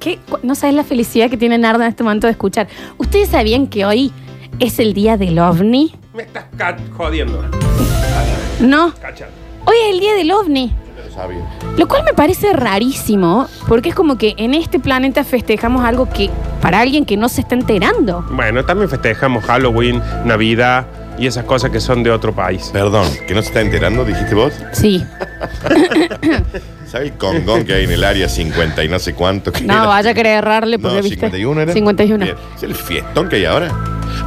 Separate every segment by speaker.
Speaker 1: ¿Qué? No sabes la felicidad que tiene Narda en este momento de escuchar. ¿Ustedes sabían que hoy es el día del ovni?
Speaker 2: Me estás ca- jodiendo.
Speaker 1: No,
Speaker 2: Cacha.
Speaker 1: hoy es el día del ovni.
Speaker 2: Yo no lo sabía.
Speaker 1: Lo cual me parece rarísimo, porque es como que en este planeta festejamos algo que para alguien que no se está enterando.
Speaker 2: Bueno, también festejamos Halloween, Navidad y esas cosas que son de otro país.
Speaker 3: Perdón, que no se está enterando, dijiste vos.
Speaker 1: Sí.
Speaker 3: ¿Sabes el congón que hay en el área 50 y no sé cuánto? que era?
Speaker 1: No, vaya a querer errarle porque
Speaker 3: No,
Speaker 1: viste.
Speaker 3: 51 era.
Speaker 1: 51.
Speaker 3: Bien. Es el fiestón que hay ahora.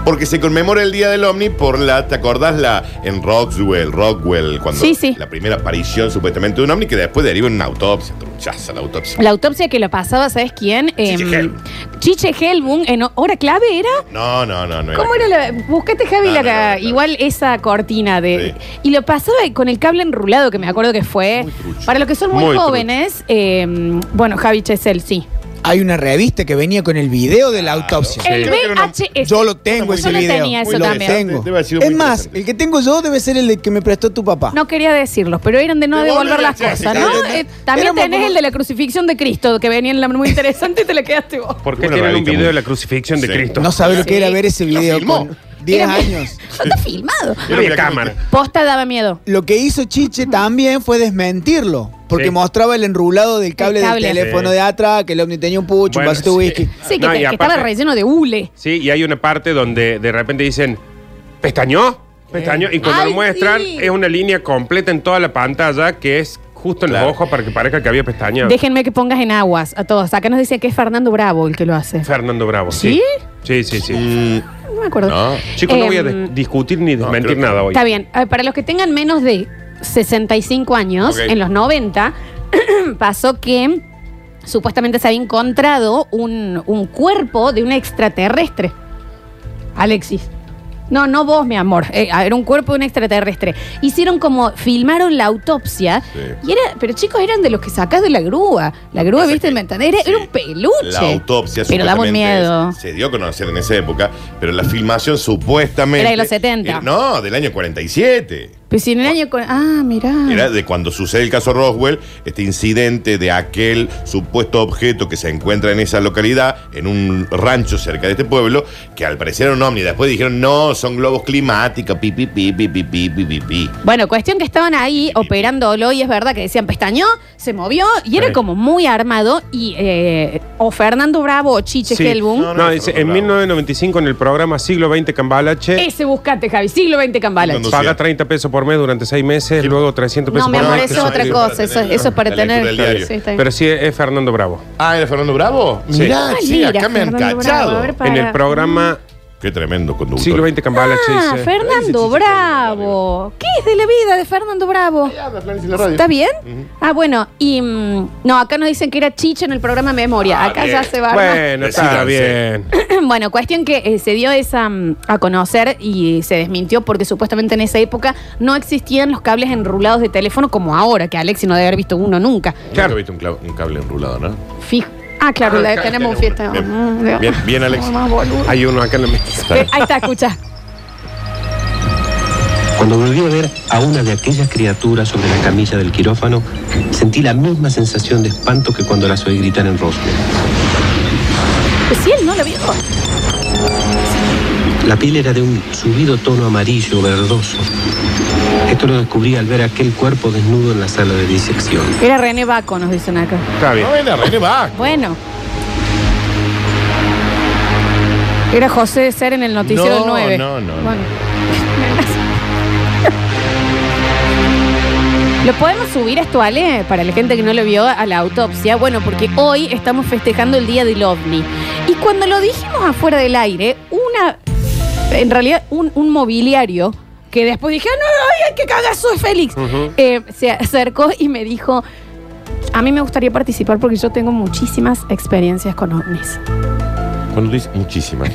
Speaker 3: Porque se conmemora el Día del Omni por la, ¿te acordás la en Roswell, Rockwell, cuando
Speaker 1: Sí, sí.
Speaker 3: la primera aparición supuestamente de un Omni que después deriva en una autopsia, truchaza la autopsia.
Speaker 1: La autopsia que lo pasaba, ¿sabes quién? Em,
Speaker 3: Chiche Helm.
Speaker 1: Chiche Helbun, en hora clave era.
Speaker 3: No, no, no, no.
Speaker 1: ¿Cómo era la.? Buscate, Javi,
Speaker 3: No,
Speaker 1: la-
Speaker 3: no, no, no, no.
Speaker 1: igual esa cortina de. Y lo pasaba con el cable enrulado, que me acuerdo que fue.
Speaker 3: Muy trucho.
Speaker 1: Para los que son muy,
Speaker 2: Muy trucho.
Speaker 1: jóvenes, em, bueno, Javi Chesel, sí.
Speaker 4: Hay una revista que venía con el video de la autopsia.
Speaker 1: El
Speaker 3: Creo que era una-
Speaker 1: VHS.
Speaker 4: Yo lo tengo ese
Speaker 1: Eh, Yo no
Speaker 4: video.
Speaker 1: tenía eso
Speaker 4: lo
Speaker 1: también.
Speaker 4: tengo.
Speaker 3: Debe haber sido
Speaker 4: es
Speaker 3: muy
Speaker 4: más,
Speaker 3: interesante.
Speaker 4: el que tengo yo debe ser el de que me prestó tu papá.
Speaker 1: No quería decirlo, pero eran de no
Speaker 3: Devuelve
Speaker 1: devolver
Speaker 3: la
Speaker 1: las
Speaker 3: Jessica,
Speaker 1: cosas, ¿no?
Speaker 4: ¿entendés?
Speaker 1: Eh, también
Speaker 4: Éramos
Speaker 1: tenés
Speaker 4: como-
Speaker 1: el de la crucifixión de Cristo, que venía en la muy interesante y te la quedaste vos.
Speaker 2: ¿Por qué
Speaker 3: Una
Speaker 2: tienen un
Speaker 3: rarita
Speaker 2: video
Speaker 3: muy-
Speaker 2: de la crucifixión de
Speaker 3: Sí.
Speaker 2: Cristo?
Speaker 4: No sabe lo que era ver ese
Speaker 3: ¿Lo
Speaker 4: video
Speaker 3: filmó?
Speaker 4: con 10
Speaker 1: Era-
Speaker 4: años.
Speaker 1: No está filmado.
Speaker 2: No había cámara.
Speaker 1: Posta daba miedo.
Speaker 4: Lo que hizo Chiche también fue desmentirlo, porque
Speaker 2: Sí.
Speaker 4: mostraba el enrulado del cable,
Speaker 1: El cable.
Speaker 4: del teléfono
Speaker 2: Sí.
Speaker 4: de atrás, que el ovni tenía un pucho,
Speaker 2: Bueno,
Speaker 4: un vasito de
Speaker 2: sí.
Speaker 4: whisky.
Speaker 1: Sí, que,
Speaker 2: No,
Speaker 1: te-
Speaker 2: y
Speaker 1: que
Speaker 2: aparte-
Speaker 1: estaba relleno de hule.
Speaker 2: Sí, y hay una parte donde de repente dicen, ¿pestañó? ¿Pestañó? Y cuando
Speaker 1: Ay,
Speaker 2: lo muestran,
Speaker 1: sí.
Speaker 2: es una línea completa en toda la pantalla que es justo en
Speaker 3: Claro.
Speaker 2: los ojos para que parezca que había pestañado.
Speaker 1: Déjenme que pongas en aguas a todos. Acá nos decía que es Fernando Bravo el que lo hace.
Speaker 2: Fernando Bravo.
Speaker 1: ¿Sí?
Speaker 2: Sí, sí, sí.
Speaker 1: No me acuerdo.
Speaker 3: Mm, No.
Speaker 2: Chicos, no voy a
Speaker 1: Em,
Speaker 2: des- discutir ni
Speaker 3: no,
Speaker 2: desmentir
Speaker 3: creo que-
Speaker 2: nada hoy.
Speaker 1: Está bien. A ver, para los que tengan menos de 65 años,
Speaker 3: Ok.
Speaker 1: en los 90, pasó que supuestamente se había encontrado un, un cuerpo de un extraterrestre. Alexis. No, no vos, mi amor. Eh, a ver, un cuerpo de un extraterrestre. Hicieron como, filmaron la autopsia.
Speaker 3: Sí.
Speaker 1: Y era, pero chicos, eran de los que sacás de la grúa. La grúa,
Speaker 3: Pasa
Speaker 1: viste,
Speaker 3: que-
Speaker 1: ¿me entendés? Era, era un peluche.
Speaker 3: La autopsia
Speaker 1: Pero daba un
Speaker 3: supuestamente
Speaker 1: miedo.
Speaker 3: es- Se dio a conocer en esa época, pero la filmación supuestamente.
Speaker 1: Era de los 70.
Speaker 3: era- no, del año 47.
Speaker 1: Pero Pues si en el año. con- Ah, mirá.
Speaker 3: Era de cuando sucede el caso Roswell, este incidente de aquel supuesto objeto que se encuentra en esa localidad, en un rancho cerca de este pueblo, que al parecer era un ovni. Después dijeron, no, son globos climáticos, pi, pi, pi, pi, pi, pi, pi, pi, pi".
Speaker 1: Bueno, cuestión que estaban ahí operándolo y es verdad que decían pestañó, se movió y era
Speaker 2: Sí.
Speaker 1: como muy armado y eh, o Fernando Bravo o Chiche
Speaker 2: Sí.
Speaker 1: Helbun.
Speaker 2: No, dice, en 1995 en el programa Siglo XX Cambalache,
Speaker 1: Ese buscate, Javi, siglo XX Cambalache.
Speaker 3: Cuando-
Speaker 2: paga 30 pesos por mes durante 6 meses, luego 300 pesos
Speaker 1: No, mi
Speaker 2: por
Speaker 1: amor,
Speaker 2: mes.
Speaker 1: eso es
Speaker 3: eso
Speaker 1: otra
Speaker 3: es
Speaker 1: cosa,
Speaker 3: para
Speaker 1: eso,
Speaker 3: tener-
Speaker 1: eso es para
Speaker 3: la lectura del
Speaker 1: tener.
Speaker 3: diario.
Speaker 1: Sí, está bien.
Speaker 2: Pero sí, es Fernando Bravo.
Speaker 3: Ah, ¿era Fernando Bravo?
Speaker 2: Sí.
Speaker 3: Mirá,
Speaker 1: ¿Cuál
Speaker 3: sí,
Speaker 1: era
Speaker 3: acá me han
Speaker 1: Fernando Bravo?
Speaker 3: cachado.
Speaker 1: A ver, pa-
Speaker 2: En
Speaker 1: Para- Mm.
Speaker 2: el programa
Speaker 3: Qué tremendo conductor.
Speaker 2: Siglo XX Cambalache.
Speaker 1: Ah,
Speaker 2: dice.
Speaker 1: Fernando
Speaker 3: Ahí dice Chiche
Speaker 1: Bravo. ¿Qué es de la vida de Fernando Bravo?
Speaker 3: Ahí habla Florencia en la radio.
Speaker 1: ¿Está bien?
Speaker 3: Ujú.
Speaker 1: Ah, bueno, y mm, no, acá nos dicen que era Chiche en el programa Memoria.
Speaker 3: Ah,
Speaker 1: acá
Speaker 3: bien.
Speaker 1: ya se va. a armar.
Speaker 2: Bueno, está bien.
Speaker 1: Bueno, cuestión que eh, se dio esa mm, a conocer y se desmintió porque supuestamente en esa época no existían los cables enrulados de teléfono como ahora, que Alexi no debe haber visto uno nunca.
Speaker 3: Nunca
Speaker 2: Claro.
Speaker 3: viste un, clavo- un cable enrulado, ¿no?
Speaker 1: Fijo. Ah, claro,
Speaker 3: Ah,
Speaker 1: la-
Speaker 3: acá
Speaker 1: tenemos un fiesta. Ah,
Speaker 3: tenemos una. Bien, bien, bien, Alex.
Speaker 1: Más boludo.
Speaker 2: Hay uno acá en la mesa.
Speaker 1: Ve, Ahí está, escucha.
Speaker 5: Cuando volví a ver a una de aquellas criaturas sobre la camilla del quirófano, sentí la misma sensación de espanto que cuando las oí gritar en Roswell.
Speaker 1: Pues sí, él no lo vio.
Speaker 5: La piel era de un subido tono amarillo verdoso. Esto lo descubrí al ver aquel cuerpo desnudo en la sala de disección.
Speaker 1: Era René Baco, nos dicen acá.
Speaker 2: Está bien.
Speaker 3: No, era René Bach.
Speaker 1: Bueno. Era José de Ser en el noticiero
Speaker 3: No,
Speaker 1: del 9.
Speaker 3: no, no, no.
Speaker 1: Bueno. Lo podemos subir esto, Ale, para la gente que no lo vio a la autopsia. Bueno, porque hoy estamos festejando el Día del OVNI. Y cuando lo dijimos afuera del aire, una. En realidad, un, un mobiliario que después dije, "Ah, no, no, ay, qué cagazo es Félix.
Speaker 2: Ujú.
Speaker 1: Eh, se acercó y me dijo, a mí me gustaría participar porque yo tengo muchísimas experiencias con ovnis.
Speaker 3: Cuando dices muchísimas.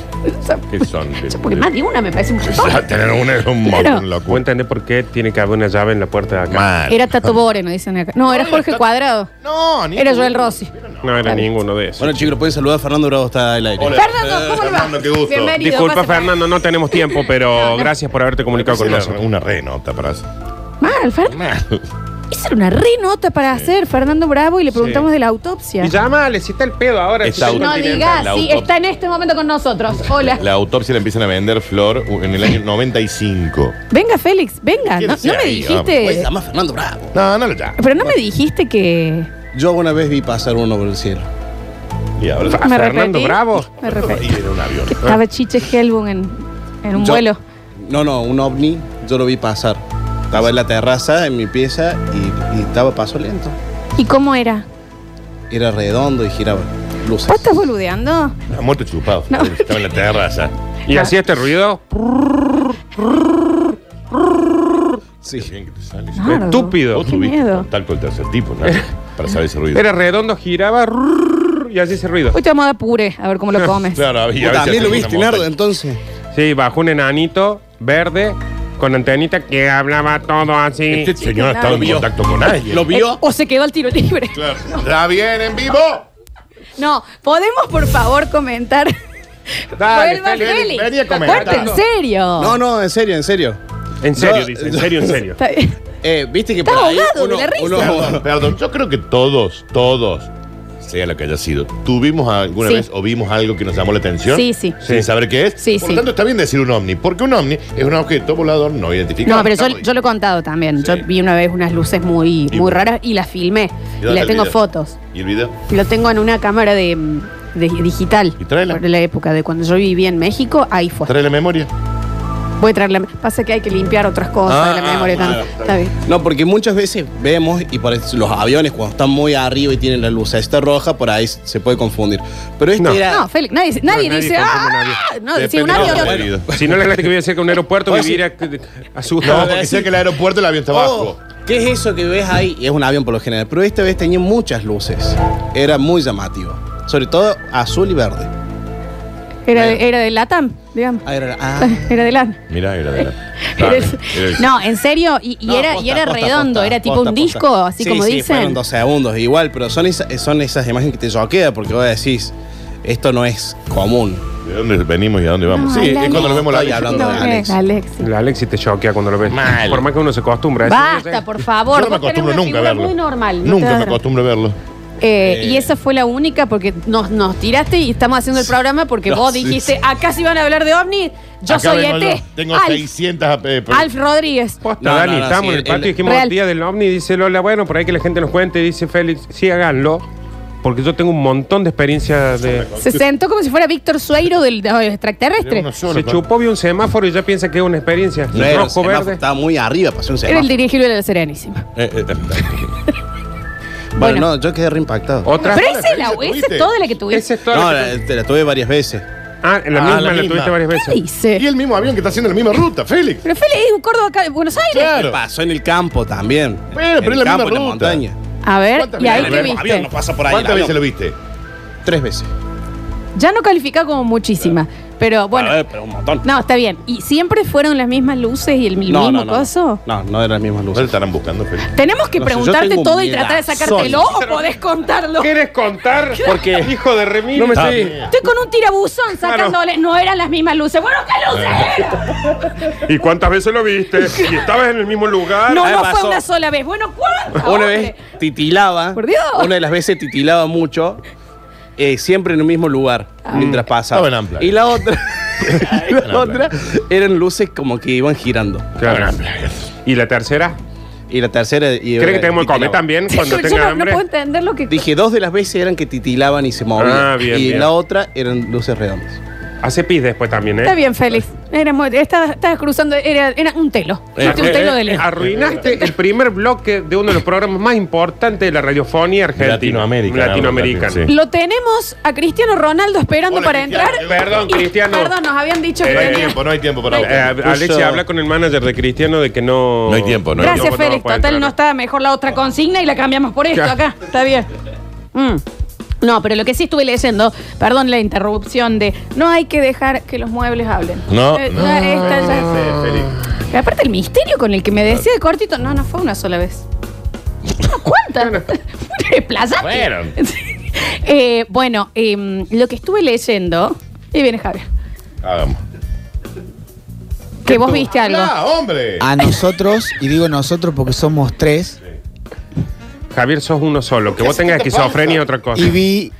Speaker 3: ¿Qué son?
Speaker 1: Porque más de una me parece un montón.
Speaker 3: Ya, Tener una es un
Speaker 1: Claro.
Speaker 3: montón loco.
Speaker 2: Vos entendés por qué tiene que haber una llave en la puerta de acá.
Speaker 3: Mal.
Speaker 1: Era Tato Bore, nos dicen acá. No, era Jorge Cuadrado.
Speaker 3: No, ni
Speaker 1: Era Joel Rossi.
Speaker 2: No era ninguno de esos.
Speaker 6: Bueno, chicos, lo pueden saludar. Fernando Bravo está al aire.
Speaker 3: Hola.
Speaker 1: Fernando, ¿cómo le va?
Speaker 3: Fernando, qué gusto.
Speaker 1: Bienvenido,
Speaker 2: Disculpa,
Speaker 1: pase para-
Speaker 2: Fernando, no tenemos tiempo, pero gracias por haberte comunicado con
Speaker 3: Una-
Speaker 2: nosotros.
Speaker 3: Una re nota para hacer.
Speaker 1: Mal, Fer.
Speaker 3: Mal.
Speaker 1: Esa era una re nota para hacer Fernando Bravo y le preguntamos
Speaker 2: Sí.
Speaker 1: de la autopsia.
Speaker 2: Y llámale, si está el pedo ahora.
Speaker 3: Está
Speaker 2: si
Speaker 3: auto-
Speaker 1: No
Speaker 2: continental.
Speaker 1: digas,
Speaker 3: la
Speaker 1: sí,
Speaker 3: autopsia.
Speaker 1: está en este momento con nosotros. Hola.
Speaker 3: La autopsia la empiezan a vender, Flor, en el año 95.
Speaker 1: Venga, Félix, venga.
Speaker 3: ¿Qué
Speaker 1: No,
Speaker 3: dice
Speaker 1: no me
Speaker 3: ahí?
Speaker 1: dijiste.
Speaker 6: Pues, más Fernando Bravo.
Speaker 3: No, no lo ya.
Speaker 1: Pero no me dijiste que.
Speaker 6: Yo una vez vi pasar uno por el cielo.
Speaker 3: Y ahora
Speaker 2: A
Speaker 1: Me
Speaker 2: Fernando
Speaker 1: repetí.
Speaker 2: Bravo.
Speaker 1: Me repetí.
Speaker 3: y en un avión.
Speaker 1: Estaba Chiche Helbun en, en un
Speaker 6: Yo-
Speaker 1: vuelo.
Speaker 6: No, no, un ovni, yo lo vi pasar. Estaba en la terraza, en mi pieza, y, y estaba a paso lento.
Speaker 1: ¿Y cómo era?
Speaker 6: Era redondo y giraba. Luces.
Speaker 1: ¿Vos estás boludeando?
Speaker 3: Ha muerto chupado.
Speaker 1: No.
Speaker 3: Estaba en la terraza.
Speaker 2: Y hacía este ruido
Speaker 3: Qué
Speaker 6: Sí.
Speaker 3: bien que te sale.
Speaker 1: Nardo,
Speaker 2: estúpido.
Speaker 3: Vos
Speaker 1: qué
Speaker 3: tuviste
Speaker 1: miedo.
Speaker 3: contacto el tercer tipo, ¿no? Para saber ese ruido.
Speaker 2: Era redondo, giraba rrrr, y hacía ese ruido.
Speaker 1: Hoy te vamos a dar puré, a ver cómo lo comes.
Speaker 3: Claro, había-
Speaker 6: Vos
Speaker 3: había
Speaker 6: también lo
Speaker 3: una
Speaker 6: viste,
Speaker 3: montaña.
Speaker 6: Nardo, entonces.
Speaker 2: Sí, bajó un enanito verde con antenita que hablaba todo así.
Speaker 3: Este señor ha estado en
Speaker 1: Claro.
Speaker 3: contacto con alguien.
Speaker 6: Lo
Speaker 1: Eh,
Speaker 6: vio.
Speaker 1: o se quedó al tiro libre.
Speaker 3: Claro. ¡La bien en vivo!
Speaker 1: No, podemos por favor comentar.
Speaker 2: Dale,
Speaker 1: Vuelva
Speaker 2: Félix,
Speaker 1: Félix.
Speaker 2: vení a comentar.
Speaker 1: Fuerte, en serio.
Speaker 6: No, no, en serio, en serio.
Speaker 2: En serio,
Speaker 6: No,
Speaker 2: dice, en serio, en serio.
Speaker 1: Está bien.
Speaker 6: Eh, viste que
Speaker 1: Está
Speaker 6: por ahí
Speaker 1: ahogado de
Speaker 6: uno,
Speaker 1: la risa.
Speaker 6: uno-
Speaker 3: Perdón, perdón, yo creo que todos, todos, sea lo que haya sido, tuvimos alguna
Speaker 1: Sí.
Speaker 3: vez o vimos algo que nos llamó la atención.
Speaker 1: Sí, sí.
Speaker 3: Sin saber qué es.
Speaker 1: Sí,
Speaker 3: Por
Speaker 1: sí.
Speaker 3: lo tanto, está bien decir un ovni, porque un ovni es un objeto volador no identificado.
Speaker 1: No, pero yo,
Speaker 3: Estamos
Speaker 1: yo lo he contado también. Yo
Speaker 3: Sí.
Speaker 1: vi una vez unas luces muy,
Speaker 3: Y-
Speaker 1: muy raras y las filmé.
Speaker 3: ¿Y
Speaker 1: Y
Speaker 3: dónde
Speaker 1: le
Speaker 3: el
Speaker 1: tengo
Speaker 3: video?
Speaker 1: fotos.
Speaker 3: ¿Y el video?
Speaker 1: Lo tengo en una cámara de, mm, de- digital.
Speaker 3: Y tráela.
Speaker 1: Por la época de cuando yo vivía en México, ahí fue.
Speaker 3: ¿Trae la memoria?
Speaker 1: Voy a traer la. Pasa que hay que limpiar otras cosas
Speaker 3: Ah,
Speaker 1: de la
Speaker 3: ah,
Speaker 1: memoria.
Speaker 3: claro,
Speaker 1: también.
Speaker 3: está
Speaker 1: está bien.
Speaker 6: No, porque muchas veces vemos, y por eso los aviones cuando están muy arriba y tienen la luz esta roja, por ahí se puede confundir. Pero este
Speaker 2: No.
Speaker 6: era...
Speaker 1: No, Félix, nadie, dice- nadie
Speaker 2: No, nadie
Speaker 1: dice.
Speaker 2: confunde un
Speaker 1: ¡Ah!
Speaker 2: avión.
Speaker 1: No, si
Speaker 3: Depende
Speaker 1: un
Speaker 3: de
Speaker 1: avión.
Speaker 3: cómo
Speaker 1: lo-
Speaker 3: haya ido.
Speaker 2: Si no le que vivía cerca de un aeropuerto,
Speaker 6: Pues
Speaker 2: vivir a, su
Speaker 3: No, porque sea que el aeropuerto el avión está abajo.
Speaker 6: Oh, ¿Qué es eso que ves ahí? Y es un avión por lo general, pero esta vez tenía muchas luces. Era muy llamativo. Sobre todo azul y verde.
Speaker 1: Era, de, era de LATAM, digamos.
Speaker 6: Ah, era- ah.
Speaker 1: Era de LATAM.
Speaker 3: Mirá, era de la.
Speaker 1: Era-
Speaker 3: Era el-
Speaker 1: No, en serio, y, y
Speaker 6: No,
Speaker 1: era, y
Speaker 6: posta,
Speaker 1: era
Speaker 6: posta,
Speaker 1: redondo,
Speaker 6: posta,
Speaker 1: era tipo
Speaker 6: posta,
Speaker 1: un
Speaker 6: posta.
Speaker 1: disco, así
Speaker 6: Sí,
Speaker 1: como
Speaker 6: sí,
Speaker 1: dicen.
Speaker 6: Fueron dos segundos, igual, pero son, esa- son esas imágenes que te choquean porque vos decís, esto no es común.
Speaker 3: ¿De dónde venimos y a dónde vamos?
Speaker 1: No,
Speaker 3: sí,
Speaker 1: la-
Speaker 3: es cuando lo vemos la
Speaker 6: Estoy hablando
Speaker 1: No,
Speaker 6: de
Speaker 1: eh,
Speaker 6: Alex.
Speaker 1: Alexis.
Speaker 2: La Alexis te choquea cuando lo ves.
Speaker 3: Mal.
Speaker 2: Por más que uno se acostumbra.
Speaker 1: Basta, por favor.
Speaker 3: Yo no me
Speaker 1: vos tenés
Speaker 3: acostumbro
Speaker 1: una
Speaker 3: nunca a
Speaker 1: figura
Speaker 3: verlo.
Speaker 1: Muy normal. no te
Speaker 3: Nunca me
Speaker 1: das-
Speaker 3: acostumbro a verlo.
Speaker 1: Eh, Y esa fue la única porque nos, nos tiraste y estamos haciendo el programa porque
Speaker 6: No,
Speaker 1: vos
Speaker 6: sí,
Speaker 1: dijiste, acá si van a hablar de ovni, yo
Speaker 3: Acá
Speaker 1: soy
Speaker 3: vengo
Speaker 1: ET.
Speaker 3: yo. Tengo
Speaker 1: Alf,
Speaker 3: 600 AP. pero-
Speaker 1: Alf Rodríguez.
Speaker 2: Posta,
Speaker 6: No,
Speaker 2: Dani,
Speaker 6: no, no,
Speaker 2: estamos
Speaker 6: sí,
Speaker 2: en el
Speaker 6: el-
Speaker 2: patio y dijimos
Speaker 1: Real.
Speaker 2: día del ovni. Dice Lola, bueno, por ahí que la gente nos cuente. Dice Félix, sí, háganlo. Porque yo tengo un montón de experiencia de.
Speaker 1: Se sentó como si fuera Víctor Sueiro del, del extraterrestre.
Speaker 3: Era uno solo,
Speaker 2: Se
Speaker 3: claro.
Speaker 2: chupó, vio un semáforo y ya piensa que es una experiencia.
Speaker 6: No era un
Speaker 2: Rojo,
Speaker 6: semáforo,
Speaker 2: verde.
Speaker 6: Estaba muy arriba, pasó un
Speaker 1: Era el
Speaker 6: semáforo.
Speaker 1: dirigible de la Serenísima.
Speaker 3: Eh, eh,
Speaker 6: Bueno,
Speaker 1: Bueno.
Speaker 6: no, yo quedé re impactado.
Speaker 2: Otra.
Speaker 1: Pero esa es, la,
Speaker 3: experiencia
Speaker 1: esa es
Speaker 3: tuviste?
Speaker 1: toda la que tuviste.
Speaker 2: Esa es toda
Speaker 6: No,
Speaker 2: la Oh, que-
Speaker 6: la, te la tuve varias veces.
Speaker 2: Ah, en la
Speaker 3: Ah,
Speaker 2: misma
Speaker 3: la
Speaker 2: la,
Speaker 3: misma.
Speaker 2: tuviste varias
Speaker 1: ¿Qué
Speaker 2: veces.
Speaker 1: dice?
Speaker 3: Y el mismo avión que está haciendo la misma ruta, Félix.
Speaker 1: Pero Félix es un Córdoba acá de Buenos Aires.
Speaker 3: Claro.
Speaker 6: Me Pasó en el campo también.
Speaker 3: Bueno,
Speaker 6: en
Speaker 3: pero
Speaker 6: el
Speaker 3: es la
Speaker 6: campo,
Speaker 3: misma
Speaker 6: en la
Speaker 3: ruta.
Speaker 6: montaña.
Speaker 1: A ver,
Speaker 3: ¿Cuántas
Speaker 1: y ahí
Speaker 3: veces
Speaker 1: te
Speaker 3: lo vemos?
Speaker 1: viste.
Speaker 6: pasa por
Speaker 3: ¿Cuántas
Speaker 6: el
Speaker 3: veces lo
Speaker 6: avión.
Speaker 3: viste?
Speaker 6: Tres veces.
Speaker 1: Ya no califica como muchísima. Pero bueno.
Speaker 6: A ver, pero un montón.
Speaker 1: No, está bien. ¿Y siempre fueron las mismas luces y el mi- mismo coso?
Speaker 6: No, no eran las mismas
Speaker 3: ¿No lo
Speaker 6: luces.
Speaker 3: estarán buscando, Félix?
Speaker 1: ¿Tenemos que
Speaker 6: No sé, yo
Speaker 1: preguntarte
Speaker 6: tengo
Speaker 1: todo y
Speaker 6: miedo.
Speaker 1: tratar de sacártelo
Speaker 6: Soy.
Speaker 1: o podés contarlo?
Speaker 2: ¿Quieres contar? Porque, hijo de remil. Ah, No me
Speaker 3: Está
Speaker 2: sé.
Speaker 3: bien.
Speaker 1: Estoy con un tirabuzón
Speaker 2: Claro.
Speaker 1: sacándole. No eran las mismas luces. Bueno, ¿qué luces
Speaker 6: Eh.
Speaker 1: eran?
Speaker 2: ¿Y cuántas veces lo viste? ¿Y estabas en el mismo lugar?
Speaker 1: No,
Speaker 6: Ah,
Speaker 1: no fue
Speaker 6: pasó.
Speaker 1: una sola vez. Bueno, ¿cuántas?
Speaker 6: Una
Speaker 1: hombre?
Speaker 6: vez titilaba.
Speaker 1: Ah, Por Dios.
Speaker 6: Una de las veces titilaba mucho. eh, siempre en el mismo lugar
Speaker 1: Ah.
Speaker 6: mientras pasaba.
Speaker 3: Estaba en Unplugged.
Speaker 6: y la otra.
Speaker 3: en
Speaker 6: la otra eran luces como que iban girando.
Speaker 2: Claro. ¿Y la tercera?
Speaker 6: Y la tercera. y-
Speaker 2: ¿Crees que tenemos que comer
Speaker 6: titilaba.
Speaker 2: también cuando
Speaker 1: Yo
Speaker 2: tenga
Speaker 1: no, no
Speaker 2: hambre?
Speaker 1: puedo entender lo que.
Speaker 6: Dije, dos de las veces eran que titilaban y se movían.
Speaker 2: Ah, bien,
Speaker 6: y
Speaker 2: bien.
Speaker 6: la otra eran luces redondas.
Speaker 2: Hace pis después también, ¿eh?
Speaker 1: Está bien, Félix. Era muy- Estabas estabas cruzando. Era, era un telo.
Speaker 6: Eh,
Speaker 1: Fuiste un telo de lejos.
Speaker 2: Arruinaste el primer bloque de uno de los programas más importantes de la radiofonía argentina. Eh,
Speaker 3: Latinoamérica,
Speaker 2: Latinoamericana.
Speaker 3: sí.
Speaker 1: Lo tenemos a Cristiano Ronaldo esperando
Speaker 3: Hola,
Speaker 1: para
Speaker 3: Cristiano.
Speaker 1: entrar.
Speaker 2: Perdón,
Speaker 1: Y-
Speaker 2: Cristiano.
Speaker 1: Perdón, nos habían dicho que
Speaker 2: Eh,
Speaker 3: No hay
Speaker 1: venía.
Speaker 3: tiempo, no hay tiempo para
Speaker 2: Eh,
Speaker 3: buscar.
Speaker 2: Alexia
Speaker 6: Puso-
Speaker 2: habla con el manager de Cristiano de que no.
Speaker 3: No hay tiempo, no hay
Speaker 1: Gracias,
Speaker 2: tiempo.
Speaker 1: Félix.
Speaker 2: puede
Speaker 1: Total,
Speaker 2: entrar.
Speaker 1: no estaba mejor la otra consigna y la cambiamos por esto
Speaker 2: Claro.
Speaker 1: acá. Está bien. Mm. No, pero lo que sí estuve leyendo, perdón la interrupción de no hay que dejar que los muebles hablen.
Speaker 3: No,
Speaker 1: Eh,
Speaker 3: no.
Speaker 1: ya está, ya.
Speaker 3: Sí, Félix.
Speaker 1: Y Aparte el misterio con el que me decía de cortito, no, no fue una sola vez. No, ¿Cuántas? Te desplazaste.
Speaker 3: Bueno.
Speaker 1: Eh, bueno, em, lo que estuve leyendo, y viene Javier,
Speaker 3: Hagamos.
Speaker 1: que vos viste algo.
Speaker 3: ¡Ah, hombre!
Speaker 4: A nosotros, y digo nosotros porque somos tres,
Speaker 2: Javier, sos uno solo. Que
Speaker 6: ¿Qué
Speaker 2: vos
Speaker 6: hace?
Speaker 2: tengas
Speaker 6: ¿Qué te
Speaker 2: esquizofrenia
Speaker 6: pasa?
Speaker 2: es otra cosa.
Speaker 4: Y vi.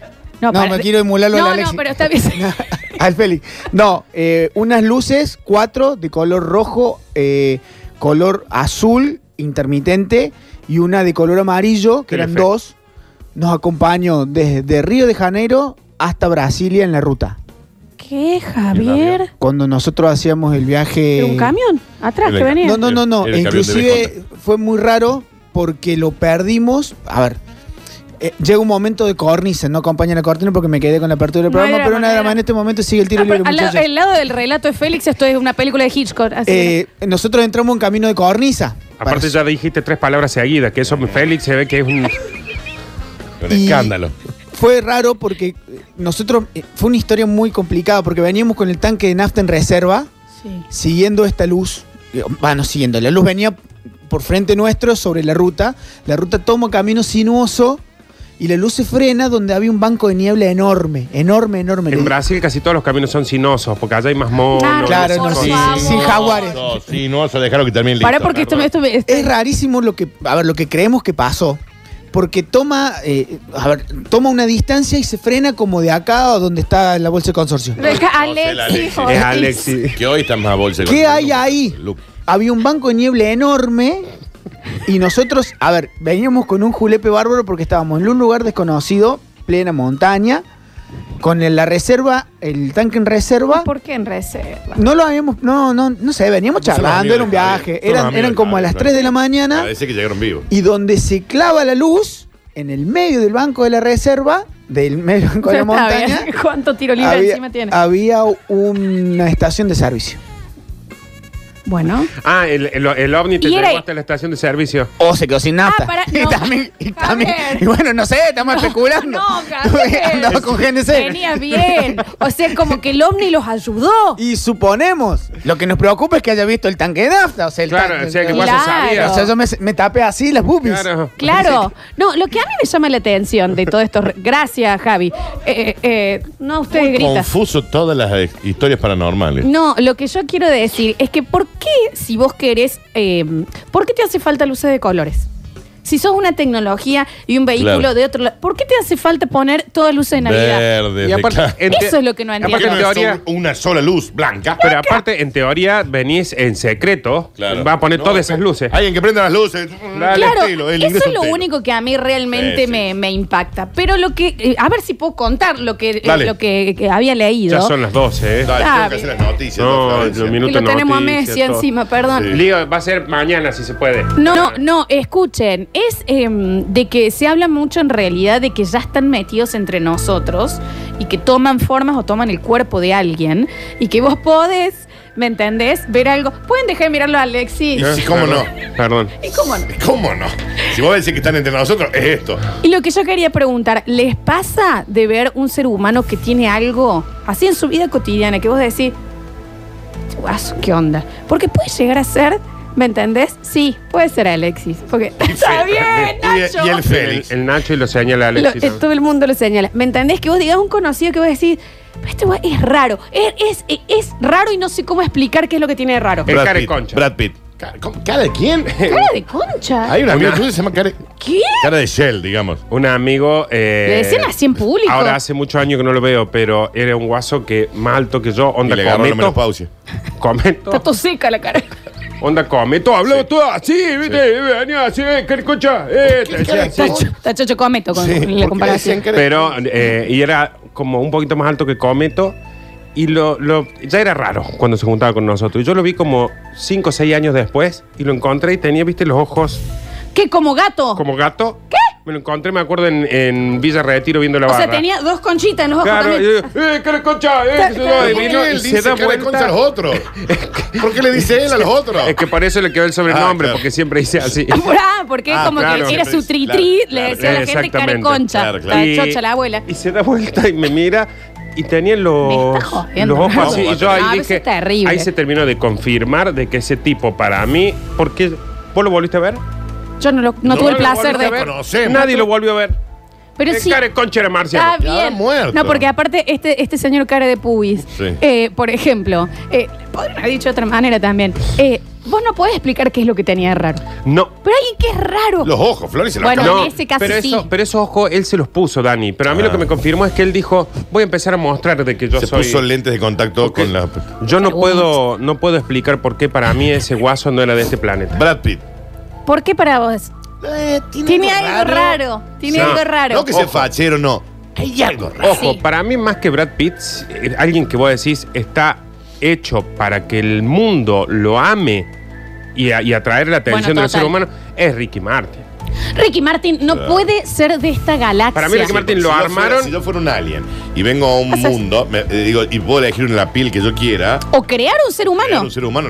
Speaker 4: No,
Speaker 1: para-
Speaker 4: me quiero emularlo a
Speaker 1: No,
Speaker 4: la
Speaker 1: no,
Speaker 4: Alexis.
Speaker 1: pero está bien.
Speaker 4: Al Félix. No, eh, unas luces, cuatro de color rojo, eh, color azul intermitente y una de color amarillo, que
Speaker 2: El
Speaker 4: eran
Speaker 2: efecto.
Speaker 4: dos. Nos acompañó desde Río de Janeiro hasta Brasilia en la ruta.
Speaker 1: ¿Qué, Javier?
Speaker 4: Cuando nosotros hacíamos el viaje.
Speaker 1: ¿Era un camión? ¿Atrás
Speaker 3: Era
Speaker 1: que
Speaker 3: el-
Speaker 1: venía?
Speaker 4: No, no, no, no.
Speaker 3: Era el camión de
Speaker 4: Inclusive fue muy raro porque lo perdimos. A ver. eh, llega un momento de cornisa, no acompaña la cortina porque me quedé con la apertura del
Speaker 1: No hay
Speaker 4: programa, pero
Speaker 1: drama, no
Speaker 4: una
Speaker 1: hay
Speaker 4: de
Speaker 1: drama.
Speaker 4: en este momento sigue el tiro
Speaker 1: Ah, pero
Speaker 4: libre.
Speaker 1: al lado,
Speaker 4: muchachos.
Speaker 1: el lado del relato de Félix, esto es una película de Hitchcock. así que-
Speaker 4: Eh, nosotros entramos en camino de cornisa.
Speaker 2: Aparte ya dijiste tres palabras seguidas, que eso Félix se ve que es un...
Speaker 3: Un
Speaker 4: Y-
Speaker 3: escándalo.
Speaker 4: Fue raro porque eh, nosotros. eh, Fue una historia muy complicada porque veníamos con el tanque de nafta en reserva,
Speaker 1: Sí.
Speaker 4: siguiendo esta luz. eh, Bueno, siguiendo. La luz venía por frente nuestro sobre la ruta. La ruta toma camino sinuoso y la luz se frena donde había un banco de niebla enorme. Enorme, enorme. Le-
Speaker 2: En Brasil casi todos los caminos son sinosos, porque allá hay más monos.
Speaker 1: Claro,
Speaker 4: Claro,
Speaker 2: esas
Speaker 4: no,
Speaker 2: cosas.
Speaker 4: sí,
Speaker 1: favor.
Speaker 4: sin jaguares.
Speaker 3: No, sí, no, eso dejaron que termine
Speaker 1: Para
Speaker 3: listo.
Speaker 1: porque esto, me- esto me-
Speaker 4: Es rarísimo lo que, a ver, lo que creemos que pasó. Porque toma, eh, a ver, toma una distancia y se frena como de acá a donde está la bolsa de consorcio.
Speaker 1: Deja a
Speaker 3: No sé,
Speaker 1: Alexis,
Speaker 3: la Alexis.
Speaker 1: joder.
Speaker 2: Es Alexis.
Speaker 3: Que hoy están más bolsas.
Speaker 4: ¿Qué hay ahí? Había un banco de niebla enorme y nosotros, a ver, veníamos con un julepe bárbaro porque estábamos en un lugar desconocido, plena montaña, con el- la reserva, el tanque en reserva.
Speaker 1: ¿Por qué en reserva?
Speaker 4: No lo habíamos, no, no, no sé, veníamos
Speaker 3: Son los
Speaker 4: charlando,
Speaker 3: amigos
Speaker 4: era un
Speaker 3: de Javier,
Speaker 4: viaje,
Speaker 3: son los
Speaker 4: eran,
Speaker 3: amigos
Speaker 4: eran
Speaker 3: de
Speaker 4: como a
Speaker 3: Javier,
Speaker 4: las
Speaker 3: claro.
Speaker 4: 3 de la mañana.
Speaker 3: Parece que llegaron vivos.
Speaker 4: y donde se clava la luz en el medio del banco de la reserva, del medio del banco de la
Speaker 1: Está bien.
Speaker 4: montaña,
Speaker 1: ¿Cuánto tiro libre encima
Speaker 4: había, Ah.
Speaker 1: tiene?
Speaker 4: había una estación de servicio.
Speaker 1: Bueno.
Speaker 2: Ah, el, el, el ovni te
Speaker 1: Y era-
Speaker 2: llevó hasta la estación de servicio.
Speaker 4: O se quedó sin nafta.
Speaker 1: Ah, para-
Speaker 4: y,
Speaker 1: no.
Speaker 4: también, y, también-
Speaker 1: Javier.
Speaker 4: y bueno, no sé, estamos especulando.
Speaker 1: No, Javier.
Speaker 4: Andaba con GNC.
Speaker 1: Venía bien. O sea, como que el ovni los ayudó.
Speaker 4: Y suponemos, lo que nos preocupa es que haya visto el tanque de nafta. O sea, el
Speaker 2: Claro,
Speaker 4: tanque-
Speaker 2: o sea, que
Speaker 1: Claro.
Speaker 2: vos sabías.
Speaker 4: O sea, yo me, me tapé así las boobies.
Speaker 2: Claro.
Speaker 1: Claro. No, lo que a mí me llama la atención de todo esto. Gracias, Javi. Eh, eh, eh, no, ustedes gritan.
Speaker 3: Confuso todas las eh, historias paranormales.
Speaker 1: No, lo que yo quiero decir es que ¿por qué si vos querés, eh, por qué te hace falta luces de colores? Si sos una tecnología y un vehículo
Speaker 3: Claro.
Speaker 1: de otro lado, ¿por qué te hace falta poner todas luces de Navidad?
Speaker 3: Verde.
Speaker 2: Y aparte, en te-
Speaker 1: Eso es lo que no
Speaker 2: aparte,
Speaker 1: entiendo.
Speaker 2: en teoría,
Speaker 3: una sola luz blanca.
Speaker 2: pero aparte, en teoría, venís en secreto.
Speaker 3: Claro.
Speaker 2: Va a poner
Speaker 3: No,
Speaker 2: todas
Speaker 3: pero-
Speaker 2: esas luces.
Speaker 3: Alguien que prenda las luces.
Speaker 2: Dale,
Speaker 1: Claro,
Speaker 3: Estilo, el
Speaker 1: eso
Speaker 3: ingreso
Speaker 1: es lo
Speaker 3: entero.
Speaker 1: único que a mí realmente
Speaker 3: Sí, sí.
Speaker 1: Me, me impacta. Pero lo que, eh, a ver si puedo contar lo que, eh,
Speaker 3: Dale.
Speaker 1: lo que, que había
Speaker 2: Ya
Speaker 1: leído.
Speaker 2: son las 12, ¿eh?
Speaker 3: Dale,
Speaker 1: Ah,
Speaker 3: tengo que hacer las noticias.
Speaker 2: No,
Speaker 3: Florencia.
Speaker 2: los
Speaker 1: Y
Speaker 2: minutos
Speaker 1: lo tenemos a
Speaker 2: noticias,
Speaker 1: Messi
Speaker 2: todo.
Speaker 1: encima, perdón.
Speaker 3: Sí.
Speaker 2: Lío, va a ser mañana si se puede.
Speaker 1: No, no, no, escuchen, es em, de que se habla mucho en realidad de que ya están metidos entre nosotros y que toman formas o toman el cuerpo de alguien y que vos podés, ¿me entendés? Ver algo. Pueden dejar de mirarlo a Alexis.
Speaker 3: Sí, cómo no.
Speaker 2: Perdón.
Speaker 1: ¿Y cómo no?
Speaker 3: ¿Cómo no? Si vos decís que están entre nosotros, es esto.
Speaker 1: Y lo que yo quería preguntar, ¿les pasa de ver un ser humano que tiene algo así en su vida cotidiana que vos decís, guaso, ¿qué onda? Porque puede llegar a ser, ¿me entendés? Sí, puede ser Alexis. Porque está bien,
Speaker 3: Y-
Speaker 1: Nacho.
Speaker 3: y el
Speaker 2: El,
Speaker 3: Félix.
Speaker 2: el Nacho y lo señala
Speaker 1: Lo-
Speaker 2: Alexis.
Speaker 1: eh, todo el mundo lo señala. ¿Me entendés? Que vos digas un conocido que vos decís, este güey es raro. Es, es- es- es raro y no sé cómo explicar qué es lo que tiene de raro.
Speaker 2: El
Speaker 3: Brad
Speaker 2: cara de
Speaker 3: Pitt,
Speaker 2: concha.
Speaker 3: Brad Pitt. Cara- ¿cómo? ¿Cada quién?
Speaker 1: Cara de concha.
Speaker 3: Hay una amiga tuya que se llama cara,
Speaker 1: ¿Qué?
Speaker 3: cara de Shell, digamos.
Speaker 2: Un amigo. eh,
Speaker 1: Le decían así en público.
Speaker 2: Ahora hace muchos años que no lo veo, pero era un guaso que más alto que yo.
Speaker 3: Y
Speaker 2: Onda
Speaker 3: le agarró la
Speaker 2: cometo.
Speaker 3: menopausia.
Speaker 1: Está
Speaker 2: Cometo.
Speaker 1: todo seca la cara.
Speaker 2: Onda cometo. Hablaba
Speaker 3: Sí.
Speaker 2: todo así, viste. eh, venía así, eh, cara de concha. eh, te decía
Speaker 3: cara de
Speaker 2: así.
Speaker 1: Está, cho- está chocho cometo con
Speaker 3: Sí,
Speaker 1: la
Speaker 3: porque le decían
Speaker 1: comparación.
Speaker 3: cara de-
Speaker 2: Pero, eh, y era como un poquito más alto que Cometo. Y lo, lo- ya era raro cuando se juntaba con nosotros. Y yo lo vi como 5 o 6 años después y lo encontré y tenía, viste, los ojos
Speaker 1: ¿Qué? ¿Como gato?
Speaker 2: como gato. ¿Qué? Me lo encontré, me acuerdo, en, en Villa Retiro viendo la
Speaker 1: o
Speaker 2: barra.
Speaker 1: sea, tenía dos conchitas en los ojos
Speaker 2: Claro, y
Speaker 1: también.
Speaker 2: yo, ¡eh, cara de concha! ¡Eh,
Speaker 1: Claro,
Speaker 2: qué sé yo", y
Speaker 3: ¿Por qué
Speaker 2: vino y
Speaker 3: él
Speaker 2: se
Speaker 3: dice
Speaker 2: da
Speaker 3: cara de concha
Speaker 2: vuelta.
Speaker 3: a los otros? ¿Por qué le dice él a los otros?
Speaker 2: Es que por eso le quedó el
Speaker 3: Ah,
Speaker 2: sobrenombre,
Speaker 3: claro.
Speaker 2: porque siempre dice así.
Speaker 1: Ah, porque
Speaker 3: Ah,
Speaker 1: como
Speaker 2: claro.
Speaker 1: que era su tri-tri,
Speaker 3: Claro,
Speaker 1: le
Speaker 3: claro.
Speaker 1: decía a la gente cara de
Speaker 2: Exactamente.
Speaker 1: concha.
Speaker 3: Claro,
Speaker 1: Estaba
Speaker 3: claro.
Speaker 1: chocha la abuela.
Speaker 2: Y se da vuelta y me mira y tenía
Speaker 1: Me
Speaker 2: los,
Speaker 1: está jodiendo,
Speaker 2: los ojos
Speaker 1: ¿no?
Speaker 2: así. Y yo ahí
Speaker 1: No, eso
Speaker 2: dije,
Speaker 1: es terrible.
Speaker 2: ahí se terminó de confirmar de que ese tipo para mí, porque vos lo volviste a ver,
Speaker 1: Yo no, lo- no
Speaker 3: No,
Speaker 1: tuve el
Speaker 3: no lo
Speaker 1: placer
Speaker 2: volviste
Speaker 1: de...
Speaker 2: a ver.
Speaker 3: Conocemos.
Speaker 2: nadie lo volvió a ver.
Speaker 1: Pero
Speaker 2: Eh,
Speaker 1: sí.
Speaker 2: cara de concha era
Speaker 1: Está
Speaker 2: marciano.
Speaker 1: bien.
Speaker 3: muerto.
Speaker 1: No, porque aparte, este, este señor cara de pubis,
Speaker 3: Sí.
Speaker 1: eh, por ejemplo, eh, podrían haber dicho de otra manera también. Eh, vos no podés explicar qué es lo que tenía de raro.
Speaker 2: No.
Speaker 1: Pero alguien que es raro.
Speaker 3: Los ojos, Flores se los
Speaker 1: Bueno,
Speaker 3: acaba-
Speaker 1: en Ah, ese caso
Speaker 2: pero
Speaker 1: sí.
Speaker 2: Eso, pero esos ojos él se los puso, Dani. Pero a mí lo que me confirmó es que él dijo, voy a empezar a mostrar de que yo
Speaker 3: Ah. Se
Speaker 2: soy...
Speaker 3: puso lentes de contacto
Speaker 2: Porque
Speaker 3: con la.
Speaker 2: Yo no puedo, no puedo explicar por qué para mí ese guaso no era de este planeta.
Speaker 3: Brad Pitt.
Speaker 1: ¿Por qué para vos?
Speaker 4: Eh,
Speaker 1: Tiene algo raro. Tiene
Speaker 2: Sí.
Speaker 1: algo raro.
Speaker 3: No que sea
Speaker 2: Ojo.
Speaker 3: fachero, no. Hay algo raro.
Speaker 2: Ojo,
Speaker 1: Sí.
Speaker 2: para mí más que Brad Pitt, eh, alguien que vos decís está hecho para que el mundo lo ame y, a- y atraer la atención
Speaker 1: Bueno,
Speaker 2: del ser
Speaker 1: total.
Speaker 2: humano, es Ricky Martin.
Speaker 1: Ricky Martin no puede ser de esta galaxia.
Speaker 2: Para mí Ricky Martin-
Speaker 3: Porque
Speaker 2: lo
Speaker 3: si yo
Speaker 2: armaron.
Speaker 3: fuera- si yo fuera un alien y vengo a un
Speaker 1: O sea,
Speaker 3: mundo me- eh, digo, y puedo elegir la piel que yo quiera,
Speaker 1: O crear un ser
Speaker 3: era
Speaker 1: humano. Eh,
Speaker 3: un ser humano.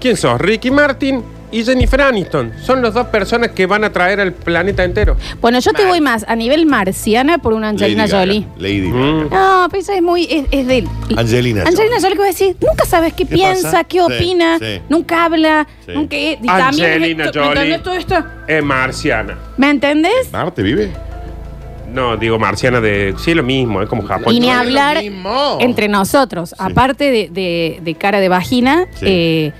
Speaker 2: ¿Quién sos? Ricky Martin y Jennifer Aniston. Son las dos personas que van a atraer al planeta entero.
Speaker 1: Bueno, yo te voy más a nivel marciana por una Angelina
Speaker 3: Lady Gaga,
Speaker 1: Jolie.
Speaker 3: Lady Gaga.
Speaker 2: Mm.
Speaker 1: No, pero esa es muy. Es, es de.
Speaker 3: Angelina
Speaker 1: Angelina Jolie, que voy a decir, nunca sabes qué,
Speaker 3: ¿Qué
Speaker 1: piensa,
Speaker 3: pasa?
Speaker 1: qué
Speaker 3: Sí,
Speaker 1: opina,
Speaker 3: sí.
Speaker 1: nunca habla,
Speaker 3: Sí.
Speaker 1: nunca. Y
Speaker 2: Angelina
Speaker 1: también,
Speaker 2: Jolie.
Speaker 1: ¿Me entendés todo esto?
Speaker 2: Es marciana.
Speaker 1: ¿Me entendés?
Speaker 3: Marte vive.
Speaker 2: No, digo marciana de... Sí, lo mismo, es como Japón.
Speaker 1: Y ni
Speaker 3: no es lo
Speaker 1: hablar
Speaker 3: mismo.
Speaker 1: entre nosotros, aparte de, de- de cara de vagina,
Speaker 3: Sí.
Speaker 1: eh,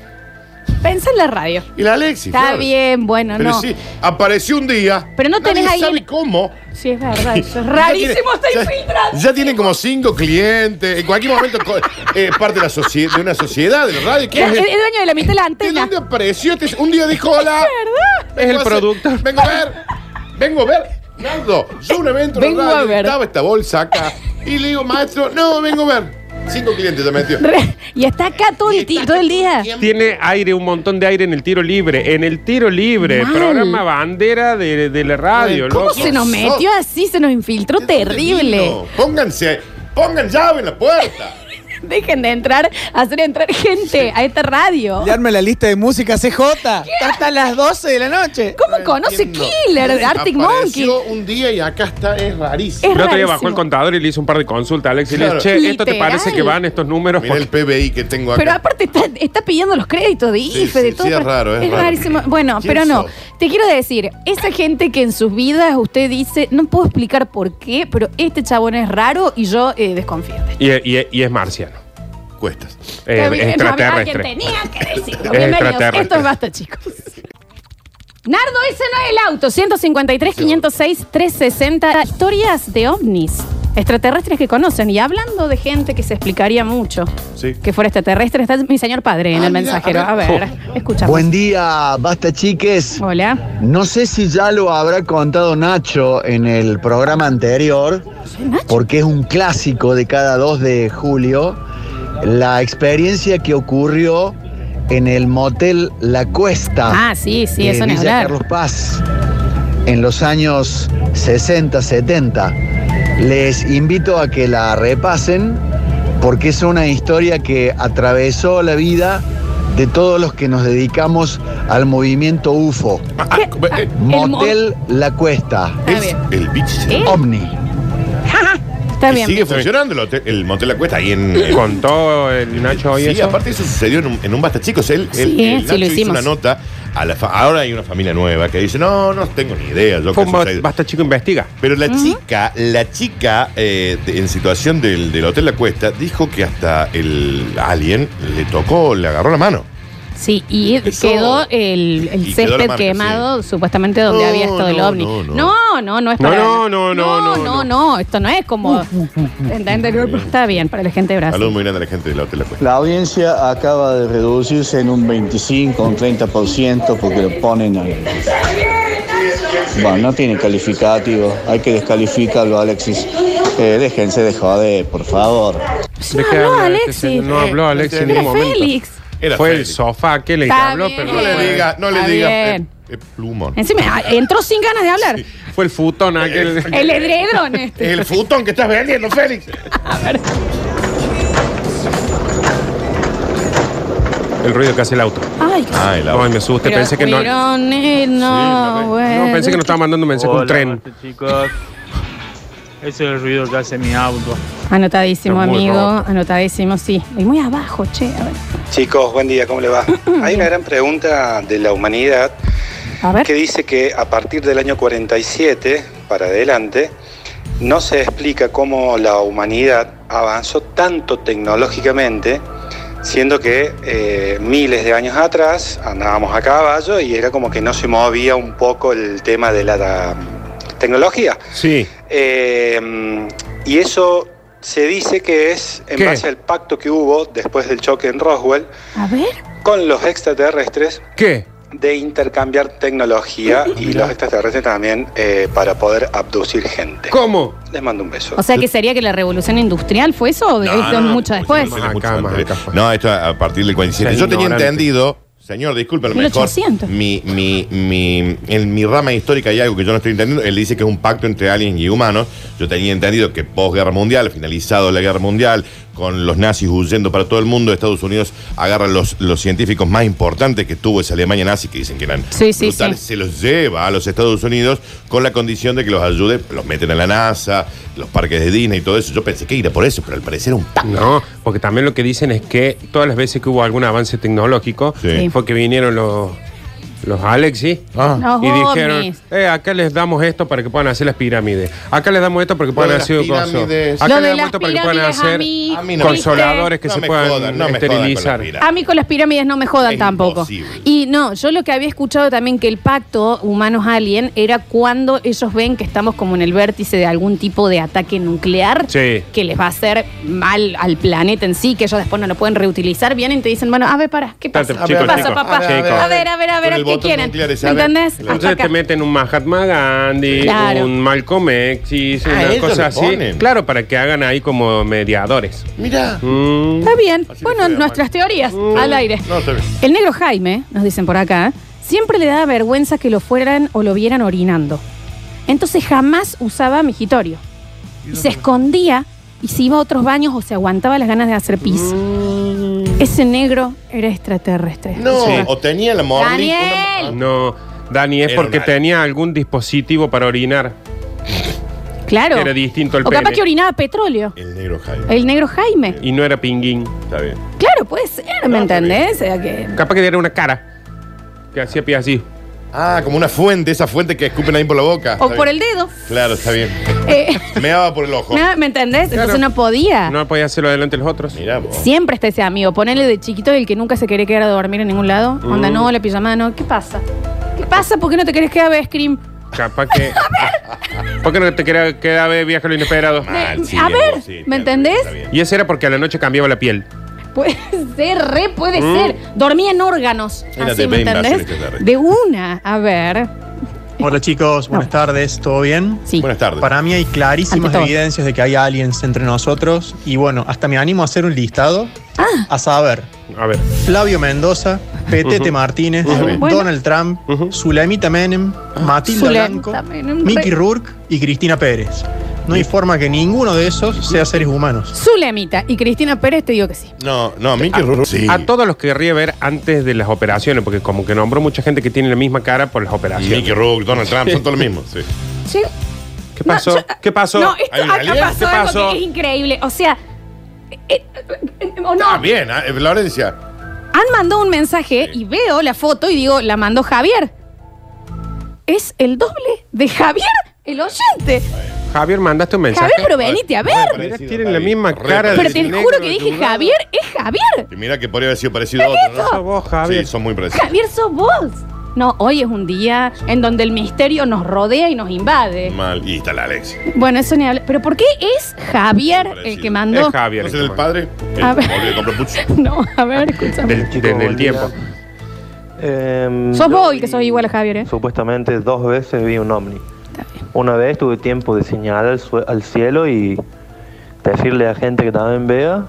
Speaker 1: pensá en la radio.
Speaker 3: Y la Alexis.
Speaker 1: Está
Speaker 3: Flor.
Speaker 1: bien, bueno,
Speaker 3: Pero
Speaker 1: no.
Speaker 3: sí, apareció un día.
Speaker 1: Pero no tenés
Speaker 3: nadie
Speaker 1: ahí-
Speaker 3: sabe cómo.
Speaker 1: Sí, es verdad. Eso es
Speaker 3: Ya
Speaker 1: rarísimo, está
Speaker 3: tiene-
Speaker 1: infiltrado.
Speaker 3: ya, ya tiene como cinco clientes. En cualquier momento co- eh, parte de, la socie- de una sociedad, de la radio. ¿Qué
Speaker 1: Es
Speaker 3: es
Speaker 1: el
Speaker 3: esto?
Speaker 1: dueño de la mitad de la
Speaker 3: ¿De
Speaker 1: antena.
Speaker 3: dónde apareció? este? Un día dijo hola.
Speaker 2: Es
Speaker 3: Vengo
Speaker 2: el
Speaker 3: a hacer-
Speaker 2: productor.
Speaker 3: Vengo a ver. Vengo a ver. Nardo, yo un evento en
Speaker 1: Vengo
Speaker 3: radio,
Speaker 1: a ver.
Speaker 3: estaba esta bolsa acá. Y le digo, maestro, no, vengo a ver. Cinco clientes ya metió.
Speaker 1: Re- y está acá todo el, ti- todo el día.
Speaker 2: Tiene aire, un montón de aire en el tiro libre. En el tiro libre,
Speaker 1: Mal.
Speaker 2: programa bandera de, de la radio.
Speaker 3: ¿Cómo
Speaker 2: loco.
Speaker 1: Se nos
Speaker 3: Sos-
Speaker 1: metió así, se nos infiltró
Speaker 3: ¿De dónde
Speaker 1: terrible.
Speaker 3: vino? Pónganse, pongan llave en la puerta.
Speaker 1: Dejen de entrar, hacer entrar gente a esta radio.
Speaker 4: Le arma la lista de música CJ. Hasta las 12 de la noche.
Speaker 1: ¿Cómo conoce
Speaker 3: Entiendo.
Speaker 1: Killer de Arctic Monkey?
Speaker 3: Apareció un día y acá está, es rarísimo.
Speaker 1: Es
Speaker 2: El otro día
Speaker 1: rarísimo.
Speaker 2: bajó el contador y le hizo un par de consultas. Alex y le
Speaker 3: Claro.
Speaker 2: dice, che, ¿esto te
Speaker 1: Literal.
Speaker 2: parece que van estos números?
Speaker 3: Mira el PBI que tengo acá.
Speaker 1: Pero aparte está, está pidiendo los créditos de IFE,
Speaker 3: sí,
Speaker 1: de todo.
Speaker 3: sí, es raro, es raro.
Speaker 1: rarísimo. Bueno,
Speaker 3: ¿Quién
Speaker 1: pero no.
Speaker 3: sos?
Speaker 1: Te quiero decir, esa gente que en sus vidas usted dice, no puedo explicar por qué, pero este chabón es raro y yo eh, desconfío. de él".
Speaker 2: Y, y- y es marciano.
Speaker 3: Cuestas.
Speaker 2: Eh,
Speaker 1: Está bien,
Speaker 2: extraterrestre.
Speaker 1: alguien tenía que decirlo.
Speaker 2: Es
Speaker 1: Bienvenidos.
Speaker 2: extraterrestre.
Speaker 1: Esto es basta, chicos. Nardo, ese no es el auto. 153, 506, 360. Historias de ovnis. Extraterrestres que conocen. Y hablando de gente que se explicaría mucho
Speaker 3: Sí.
Speaker 1: que fuera extraterrestre, está mi señor padre en
Speaker 3: Ah,
Speaker 1: el
Speaker 3: mira,
Speaker 1: mensajero.
Speaker 3: a
Speaker 1: A
Speaker 3: ver. Oh.
Speaker 1: ver, escuchamos.
Speaker 7: Buen día, basta chiques.
Speaker 1: Hola.
Speaker 7: No sé si ya lo habrá contado Nacho en el programa anterior, porque es un clásico de cada 2 de julio, la experiencia que ocurrió en el motel La Cuesta
Speaker 1: Ah, sí, sí,
Speaker 7: de
Speaker 1: eso no es
Speaker 7: Villa
Speaker 1: hablar.
Speaker 7: Carlos Paz en los años 60, 70. Les invito a que la repasen porque es una historia que atravesó la vida de todos los que nos dedicamos al movimiento UFO.
Speaker 3: Ah, ah, eh,
Speaker 1: El mo-
Speaker 7: Motel La Cuesta.
Speaker 1: Está
Speaker 3: es
Speaker 1: bien.
Speaker 3: el bicho.
Speaker 1: ¿Eh?
Speaker 7: Omni.
Speaker 1: Está
Speaker 3: Y
Speaker 1: bien.
Speaker 3: sigue funcionando el, hotel- el motel La Cuesta ahí en. en-
Speaker 2: Contó el Nacho hoy
Speaker 3: Sí,
Speaker 2: eso.
Speaker 3: aparte eso sucedió en un, en un Basta Chicos. Él,
Speaker 1: Sí,
Speaker 3: él-
Speaker 1: sí,
Speaker 3: él
Speaker 1: lo
Speaker 3: Nacho hizo
Speaker 1: hicimos.
Speaker 3: una nota. A la fa- Ahora hay una familia nueva que dice: No, no tengo ni idea. Yo
Speaker 2: Fue
Speaker 3: qué
Speaker 2: un ba-
Speaker 3: sucede".
Speaker 2: basta chico investiga.
Speaker 3: Pero la chica, la chica eh, de- en situación del, del Hotel La Cuesta dijo que hasta el alien le tocó, le agarró la mano.
Speaker 1: Sí, y
Speaker 3: Eso-
Speaker 1: quedó el, el
Speaker 3: Y quedó la
Speaker 1: césped
Speaker 3: marca,
Speaker 1: quemado, supuestamente donde
Speaker 3: No,
Speaker 1: había estado el
Speaker 3: no,
Speaker 1: ovni.
Speaker 3: no, no.
Speaker 1: No, no, no es
Speaker 2: No,
Speaker 1: para.
Speaker 2: no, no, no,
Speaker 1: no,
Speaker 2: no,
Speaker 1: no, no, esto no es como. ¿Entendés? Está bien para la gente de Brasil.
Speaker 3: Saludos muy grande a la gente del Hotel La Cuesta.
Speaker 8: La audiencia acaba de reducirse en un 25, un 30% porque lo ponen al... Bueno, no tiene calificativo, hay que descalificarlo, Alexis. Eh, déjense de joder, por favor.
Speaker 2: ¿De
Speaker 1: no
Speaker 2: qué
Speaker 1: habló
Speaker 2: habla este
Speaker 1: Alexis.
Speaker 2: señor? No habló Alexis en
Speaker 1: Era
Speaker 2: ningún momento.
Speaker 1: Félix.
Speaker 3: Era
Speaker 2: Fue el
Speaker 3: Félix.
Speaker 2: sofá que le
Speaker 1: Está
Speaker 2: habló,
Speaker 1: bien.
Speaker 2: pero
Speaker 3: No le diga, no le
Speaker 1: Está
Speaker 3: diga.
Speaker 1: bien.
Speaker 3: eh, eh, plumón.
Speaker 1: Encima, ah, entró sin ganas de hablar.
Speaker 2: Fue el futón aquel.
Speaker 1: El edredón este.
Speaker 3: El futón que estás vendiendo, Félix.
Speaker 2: El ruido que hace el auto.
Speaker 1: Ay, qué
Speaker 3: Ah, el
Speaker 2: Ay,
Speaker 3: auto.
Speaker 2: me asusté.
Speaker 1: Pero
Speaker 2: Pensé que no.
Speaker 1: we don't need no,
Speaker 3: Sí,
Speaker 2: No, pensé que nos estaba mandando un mensaje un
Speaker 9: Hola,
Speaker 2: tren.
Speaker 9: basta, chicos. Ese es el ruido que hace mi auto.
Speaker 1: Anotadísimo,
Speaker 2: Es muy
Speaker 1: amigo.
Speaker 2: roto.
Speaker 1: Anotadísimo, sí. Y muy abajo, che. A ver.
Speaker 10: Chicos, buen día, ¿cómo le va? Hay una gran pregunta de la humanidad
Speaker 1: A ver.
Speaker 10: que dice que a partir del año 47 para adelante, no se explica cómo la humanidad avanzó tanto tecnológicamente, siendo que eh, miles de años atrás andábamos a caballo y era como que no se movía un poco el tema de la, la tecnología.
Speaker 2: Sí.
Speaker 10: Eh, y eso se dice que es en
Speaker 2: ¿Qué?
Speaker 10: base al pacto que hubo después del choque en Roswell
Speaker 1: A ver.
Speaker 10: con los extraterrestres
Speaker 2: ¿Qué?
Speaker 10: de intercambiar tecnología y los extraterrestres también eh, para poder abducir gente.
Speaker 2: ¿Cómo?
Speaker 10: Les mando un beso.
Speaker 1: O sea, que sería que la revolución industrial fue eso o
Speaker 3: No,
Speaker 1: eso
Speaker 3: no, no,
Speaker 1: mucho después.
Speaker 3: Mucho
Speaker 2: Acá,
Speaker 3: antes.
Speaker 2: más acá fue.
Speaker 3: No, esto a a partir del 47.
Speaker 2: Sea
Speaker 3: Yo tenía
Speaker 2: ignorante.
Speaker 3: entendido, señor, disculpe, a lo mejor.
Speaker 1: 1800.
Speaker 3: Mi, mi, mi, en mi rama histórica hay algo que yo no estoy entendiendo. Él dice que es un pacto entre aliens y humanos. Yo tenía entendido que posguerra mundial, finalizado la guerra mundial, con los nazis huyendo para todo el mundo, Estados Unidos agarra los, los científicos más importantes que tuvo esa Alemania nazi, que dicen que eran
Speaker 1: Sí, sí,
Speaker 3: brutales,
Speaker 1: sí.
Speaker 3: se los lleva a los Estados Unidos con la condición de que los ayude, los meten a la NASA, los parques de Disney y todo eso. Yo pensé que era por eso, pero al parecer era un pacto.
Speaker 2: No, porque también lo que dicen es que todas las veces que hubo algún avance tecnológico
Speaker 3: Sí.
Speaker 2: fue que vinieron los, los Alexis
Speaker 3: Ah.
Speaker 1: Los
Speaker 2: y
Speaker 1: ovnis.
Speaker 2: dijeron, eh, acá les damos esto para que puedan hacer las pirámides, acá les damos esto para que
Speaker 3: Lo de
Speaker 2: puedan
Speaker 3: las
Speaker 2: hacer cosas.
Speaker 3: pirámides.
Speaker 2: acá
Speaker 1: Lo
Speaker 2: les
Speaker 1: de
Speaker 2: damos
Speaker 1: las
Speaker 2: esto para que puedan
Speaker 1: pirámides a
Speaker 2: hacer
Speaker 1: mí,
Speaker 3: A mí no me
Speaker 2: consoladores que
Speaker 3: No
Speaker 2: se
Speaker 3: me
Speaker 2: puedan
Speaker 3: jodan, no me jodan con las
Speaker 2: esterilizar.
Speaker 3: pirámides.
Speaker 1: A mí con las pirámides no me jodan
Speaker 3: Es
Speaker 1: tampoco.
Speaker 3: imposible.
Speaker 1: Y no, yo lo que había escuchado también que el pacto humanos-alien era cuando ellos ven que estamos como en el vértice de algún tipo de ataque nuclear
Speaker 2: Sí.
Speaker 1: que les va a hacer mal al planeta en sí, que ellos después no lo pueden reutilizar. Vienen y te dicen, bueno, a ver, para, ¿qué pasa?
Speaker 2: Espérate,
Speaker 1: ¿Qué
Speaker 2: chicos,
Speaker 1: pasa,
Speaker 2: chicos,
Speaker 1: papá?
Speaker 2: chicos.
Speaker 1: A ver, a ver, a
Speaker 3: Con el
Speaker 1: ver, ¿qué
Speaker 3: botón
Speaker 1: quieren?
Speaker 3: nuclear ese,
Speaker 1: ¿Me
Speaker 3: a ver.
Speaker 1: entendés?
Speaker 3: Claro.
Speaker 1: Hasta
Speaker 2: Entonces
Speaker 1: acá.
Speaker 2: te meten un Mahatma Gandhi,
Speaker 1: Claro.
Speaker 2: un Malcolm X, y
Speaker 3: Ah,
Speaker 2: una
Speaker 3: ellos
Speaker 2: cosa
Speaker 3: le
Speaker 2: así.
Speaker 3: ponen.
Speaker 2: Claro, para que hagan ahí como mediadores.
Speaker 3: Mira.
Speaker 2: Mm.
Speaker 1: Está bien.
Speaker 3: Así
Speaker 1: bueno,
Speaker 3: le fue, Mm.
Speaker 1: nuestras teorías al aire.
Speaker 3: No, está bien.
Speaker 1: El negro Jaime, nos dicen por acá, siempre le daba vergüenza que lo fueran o lo vieran orinando. Entonces jamás usaba migitorio. Y se escondía y se iba a otros baños o se aguantaba las ganas de hacer pis. Ese negro era extraterrestre.
Speaker 3: Mm. No,
Speaker 2: Sí.
Speaker 3: o tenía la morning.
Speaker 1: Daniel.
Speaker 2: No, Dani, es
Speaker 3: Era
Speaker 2: porque
Speaker 3: un alien.
Speaker 2: tenía algún dispositivo para orinar.
Speaker 1: Claro.
Speaker 2: Era distinto el
Speaker 1: o capaz
Speaker 2: pene.
Speaker 1: que orinaba petróleo.
Speaker 3: Ah, El negro Jaime.
Speaker 1: El negro Jaime.
Speaker 2: Y no era pinguín.
Speaker 3: Está bien.
Speaker 1: Claro, puede ser, ¿me
Speaker 3: No, está
Speaker 1: entendés? O sea que-
Speaker 2: Capaz que era una cara. Que hacía pie así.
Speaker 3: Ah, como una fuente, esa fuente que escupen ahí por la boca.
Speaker 1: O
Speaker 3: Está
Speaker 1: por
Speaker 3: bien.
Speaker 1: el dedo.
Speaker 3: Claro, está bien.
Speaker 1: Eh,
Speaker 3: Me daba por el ojo.
Speaker 1: ¿Me entendés? Entonces no podía.
Speaker 2: No podía hacerlo delante de los otros.
Speaker 3: Mirá vos.
Speaker 1: Siempre está ese amigo. Ponele de chiquito el que nunca se quiere quedar a dormir en ningún lado.
Speaker 3: Mm.
Speaker 1: Onda, no, la pijamada no. ¿Qué pasa? ¿Qué pasa? ¿Por qué no te querés quedar a ver Scream?
Speaker 2: Capaz que. ¿Por qué no te queda, queda ver viaje a lo inesperado?
Speaker 3: Mal, sí,
Speaker 1: a
Speaker 3: bien,
Speaker 1: ver,
Speaker 3: sí,
Speaker 1: ¿me
Speaker 3: bien,
Speaker 1: entendés?
Speaker 3: está bien.
Speaker 2: Y eso era porque a la noche cambiaba la piel.
Speaker 1: Puede ser, re, puede ser. Dormía en órganos.
Speaker 3: Mm. Era
Speaker 1: así,
Speaker 3: de
Speaker 1: ¿me
Speaker 3: Ben Basil,
Speaker 1: entendés?
Speaker 3: este tarde.
Speaker 1: De una. A ver.
Speaker 9: Hola chicos, buenas
Speaker 1: No.
Speaker 9: tardes, ¿todo bien?
Speaker 1: Sí.
Speaker 3: Buenas tardes.
Speaker 9: Para mí hay
Speaker 1: Ante
Speaker 9: clarísimas
Speaker 1: todo.
Speaker 9: evidencias de que hay aliens entre nosotros y bueno, hasta me animo a hacer un listado a saber
Speaker 2: A ver.
Speaker 9: Flavio Mendoza, Petete Martínez,
Speaker 1: Bueno.
Speaker 9: Donald Trump,
Speaker 2: Ujú.
Speaker 9: Zulemita Menem, Matilda
Speaker 1: Zulemita
Speaker 9: Blanco,
Speaker 1: Menem,
Speaker 9: Mickey
Speaker 1: re-
Speaker 9: Rourke y Cristina Pérez. No hay forma que ninguno de esos sea seres humanos.
Speaker 1: Zulemita y Cristina Pérez te digo que sí.
Speaker 3: No, no, Mickey Rourke. Sí.
Speaker 2: A todos los querría ver antes de las operaciones, porque como que nombró mucha gente que tiene la misma cara por las
Speaker 3: Mickey
Speaker 2: operaciones.
Speaker 3: Rourke, Donald Trump, son todos los mismos. Sí.
Speaker 1: Sí.
Speaker 2: ¿Qué pasó?
Speaker 1: No, yo-
Speaker 2: ¿Qué pasó?
Speaker 1: No, esto
Speaker 3: ¿Hay un
Speaker 1: acá
Speaker 3: alien?
Speaker 1: pasó
Speaker 2: ¿Qué
Speaker 1: algo
Speaker 2: pasó?
Speaker 1: que es increíble. O sea. eh, eh, eh, eh, o no.
Speaker 3: Ah, bien, ah, eh, Florencia.
Speaker 1: Han mandado un mensaje y veo la foto y digo, la mandó Javier. Es el doble de Javier, el oyente.
Speaker 2: Javier, mandaste un mensaje.
Speaker 1: Javier, pero
Speaker 3: Ah,
Speaker 1: venite a ver.
Speaker 2: Mira, tienen la misma cara
Speaker 1: Pero
Speaker 2: parece
Speaker 1: te
Speaker 2: negro
Speaker 1: juro que dije,
Speaker 2: ayudado.
Speaker 1: Javier, es Javier.
Speaker 3: Y mira que podría haber sido parecido a otro. ¿no?
Speaker 2: Sos vos, Javier.
Speaker 3: Sí, son muy parecidos.
Speaker 1: Javier, sos vos. No, hoy es un día en donde el misterio nos rodea y nos invade.
Speaker 3: Mal. Y está la Alexia.
Speaker 1: Bueno, eso ni habla. Pero ¿por qué es Javier el que mandó?
Speaker 2: Es Javier. este
Speaker 3: ¿No será el padre?
Speaker 1: A ver.
Speaker 3: El que compró pucho.
Speaker 1: No, a ver, escúchame.
Speaker 2: Del, del- del tiempo.
Speaker 11: Em,
Speaker 1: Sos
Speaker 11: yo
Speaker 1: vos
Speaker 11: vi,
Speaker 1: el que sos igual a Javier, ¿eh?
Speaker 11: Supuestamente dos veces vi un ovni.
Speaker 1: Está bien.
Speaker 11: Una vez tuve tiempo de señalar al, sue- al cielo y decirle a gente que también vea.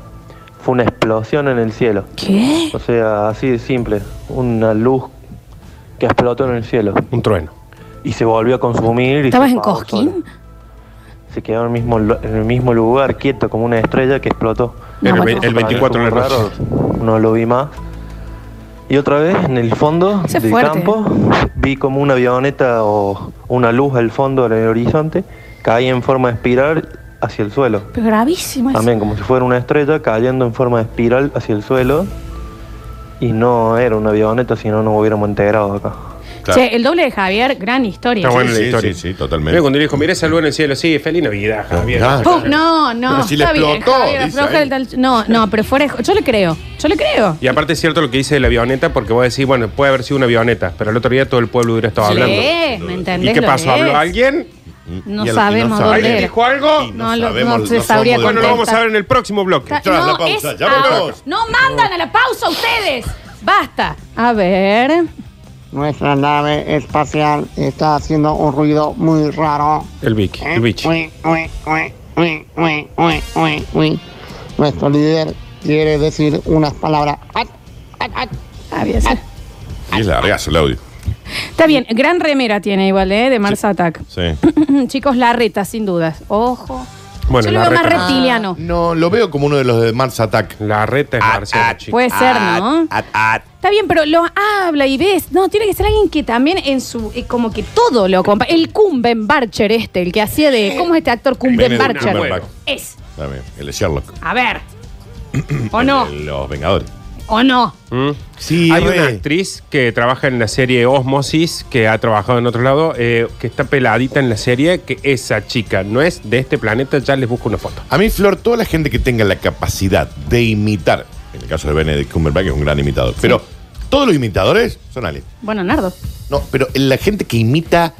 Speaker 11: Fue una explosión en el cielo.
Speaker 1: ¿Qué?
Speaker 11: O sea, así de simple. Una luz que explotó en el cielo.
Speaker 2: Un trueno.
Speaker 11: Y se volvió a consumir. y
Speaker 1: ¿Estabas
Speaker 11: se
Speaker 1: en
Speaker 11: apagó
Speaker 1: Cosquín?
Speaker 11: sola. Se quedó en el, mismo, lo- en el mismo lugar, quieto, como una estrella que explotó.
Speaker 1: No,
Speaker 2: el,
Speaker 1: bueno.
Speaker 2: el
Speaker 11: Para mí
Speaker 2: 24 de
Speaker 11: fue muy
Speaker 2: la noche.
Speaker 11: raro, No lo vi más. Y otra vez, en el fondo
Speaker 1: Ese es
Speaker 11: del
Speaker 1: fuerte.
Speaker 11: campo, vi como una avioneta o una luz al fondo en el horizonte caía en forma de espiral hacia el suelo.
Speaker 1: Pero gravísimo eso.
Speaker 11: También como si fuera una estrella cayendo en forma de espiral hacia el suelo. Y no era una avioneta, si no nos hubiéramos enterado acá.
Speaker 3: Claro.
Speaker 1: Che, el doble de Javier, gran historia.
Speaker 2: Está buena
Speaker 3: Sí,
Speaker 2: la historia.
Speaker 3: sí, sí, totalmente.
Speaker 2: Mira, cuando le dijo, mira esa luz en el cielo, sí, feliz Navidad, Javier.
Speaker 3: Ah,
Speaker 1: Pum, no, no.
Speaker 3: Pero si le
Speaker 1: está bien,
Speaker 3: explotó,
Speaker 1: Javier,
Speaker 3: dice
Speaker 1: afloja
Speaker 3: ahí.
Speaker 1: el tal- no, no, pero fuera. de- Yo le creo. Yo le creo.
Speaker 2: Y aparte es cierto lo que dice de la avioneta, porque vos decís, bueno, puede haber sido una avioneta, pero el otro día todo el pueblo hubiera estado
Speaker 1: Lo
Speaker 2: hablando.
Speaker 1: es, ¿me entendés?
Speaker 2: ¿Y qué
Speaker 1: Lo
Speaker 2: pasó?
Speaker 1: es.
Speaker 2: ¿Habló alguien?
Speaker 1: No
Speaker 3: Mm. Y el-
Speaker 1: sabemos
Speaker 3: y sabe.
Speaker 1: dónde
Speaker 2: ¿Alguien
Speaker 1: era.
Speaker 2: dijo algo?
Speaker 1: No, lo-
Speaker 3: sabemos,
Speaker 1: no se
Speaker 3: somos
Speaker 1: sabría
Speaker 3: de-
Speaker 2: Bueno, lo vamos a saber en el próximo bloque.
Speaker 1: Está-
Speaker 3: Tras la
Speaker 1: no,
Speaker 3: pausa,
Speaker 1: es
Speaker 3: ya volvemos.
Speaker 1: ahora. No mandan a la pausa ustedes. Basta. A ver.
Speaker 12: Nuestra nave espacial está haciendo un ruido muy raro.
Speaker 2: El Vic, el Vic.
Speaker 1: Eh,
Speaker 12: Ui, ui, ui, ui, ui, ui, ui, ui. Nuestro líder quiere decir unas palabras. At, at, at.
Speaker 1: Ah, bien, sí.
Speaker 3: Y es largazo el audio.
Speaker 1: Está bien. Gran remera tiene igual, ¿eh? De Mars Attack.
Speaker 3: Sí.
Speaker 1: Chicos, la reta, sin dudas. Ojo.
Speaker 2: Bueno,
Speaker 1: Yo lo
Speaker 2: la
Speaker 1: veo más
Speaker 2: reta.
Speaker 1: reptiliano.
Speaker 3: No, lo veo como uno de los de Mars Attack.
Speaker 2: La reta es marciana,
Speaker 3: Ah,
Speaker 2: chicos.
Speaker 1: Puede ser, ¿no?
Speaker 3: At, at.
Speaker 1: Está bien, pero lo habla y ves. No, tiene que ser alguien que también en su. eh, como que todo lo compa. El Cumberbatcher este, el que hacía de. ¿Cómo es este actor
Speaker 3: Benedict
Speaker 1: Cumberbatcher?
Speaker 3: Cumberbatch.
Speaker 1: Es.
Speaker 3: Está bien, El de Sherlock.
Speaker 1: A ver. ¿O no?
Speaker 3: El de los Vengadores.
Speaker 1: ¿O no?
Speaker 2: ¿Mm?
Speaker 3: Sí,
Speaker 2: Hay una actriz que trabaja en la serie Osmosis, que ha trabajado en otro lado, eh, que está peladita en la serie, que esa chica no es de este planeta, ya les busco una foto.
Speaker 3: A mí, Flor, toda la gente que tenga la capacidad de imitar, en el caso de Benedict Cumberbatch, que es un gran imitador, pero todos los imitadores son aliens.
Speaker 1: Bueno, Nardo.
Speaker 3: No, pero la gente que imita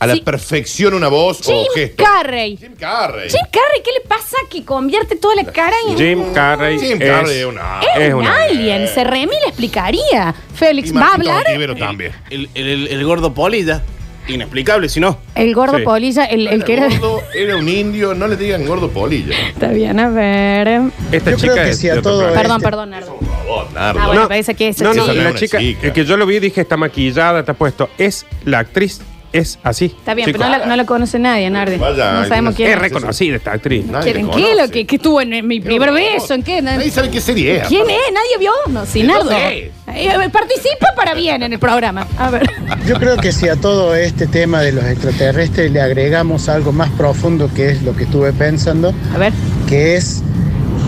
Speaker 3: a la
Speaker 1: Sí.
Speaker 3: perfección una voz
Speaker 1: Jim
Speaker 3: o gesto.
Speaker 1: Carrey.
Speaker 3: Jim Carrey.
Speaker 1: Jim Carrey, ¿qué le pasa que convierte toda la cara en.
Speaker 2: Jim Carrey.
Speaker 3: Jim
Speaker 2: es-
Speaker 3: Carrey es una-
Speaker 1: es,
Speaker 2: es
Speaker 1: un
Speaker 2: una-
Speaker 1: alien. Se re mil explicaría. Félix,
Speaker 3: Y
Speaker 1: ¿va a
Speaker 3: Martín
Speaker 1: hablar?
Speaker 3: Olivero también.
Speaker 6: El, el- el- el gordo polilla. Inexplicable, si no.
Speaker 1: El gordo
Speaker 2: Sí.
Speaker 1: polilla, el, el que era.
Speaker 3: gordo, era un indio, no le digan gordo polilla.
Speaker 1: Está bien, a ver.
Speaker 2: Esta
Speaker 9: Yo
Speaker 2: chica
Speaker 9: creo que
Speaker 2: es
Speaker 9: si
Speaker 2: de
Speaker 9: a
Speaker 2: otro
Speaker 9: todo
Speaker 2: planeta.
Speaker 1: Perdón, perdón, Nardo.
Speaker 3: Oh, Nardo.
Speaker 1: Ah, bueno, parece que es
Speaker 2: No, no,
Speaker 3: chica.
Speaker 2: la
Speaker 3: Una
Speaker 2: chica,
Speaker 3: chica.
Speaker 2: el que yo lo vi dije está maquillada, está puesto. Es la actriz, es así.
Speaker 1: Está bien,
Speaker 2: chicos.
Speaker 1: pero no la, no la conoce nadie, Nardi.
Speaker 3: Vaya,
Speaker 1: no sabemos
Speaker 3: algunas-
Speaker 1: quién
Speaker 2: Es reconocida esta actriz.
Speaker 3: Nadie
Speaker 1: ¿Quieren
Speaker 3: le
Speaker 1: qué?
Speaker 3: conoce.
Speaker 1: ¿Lo que, que estuvo en, en mi primer beso? ¿En qué?
Speaker 3: Nadie sabe qué serie es.
Speaker 1: ¿Quién es? ¿Nadie vio? No, sí, Nardo.
Speaker 3: Entonces-
Speaker 1: Eh, a ver, participa para bien en el programa. A ver.
Speaker 12: Yo creo que si a todo este tema de los extraterrestres le agregamos algo más profundo, que es lo que estuve pensando,
Speaker 1: A ver.
Speaker 12: que es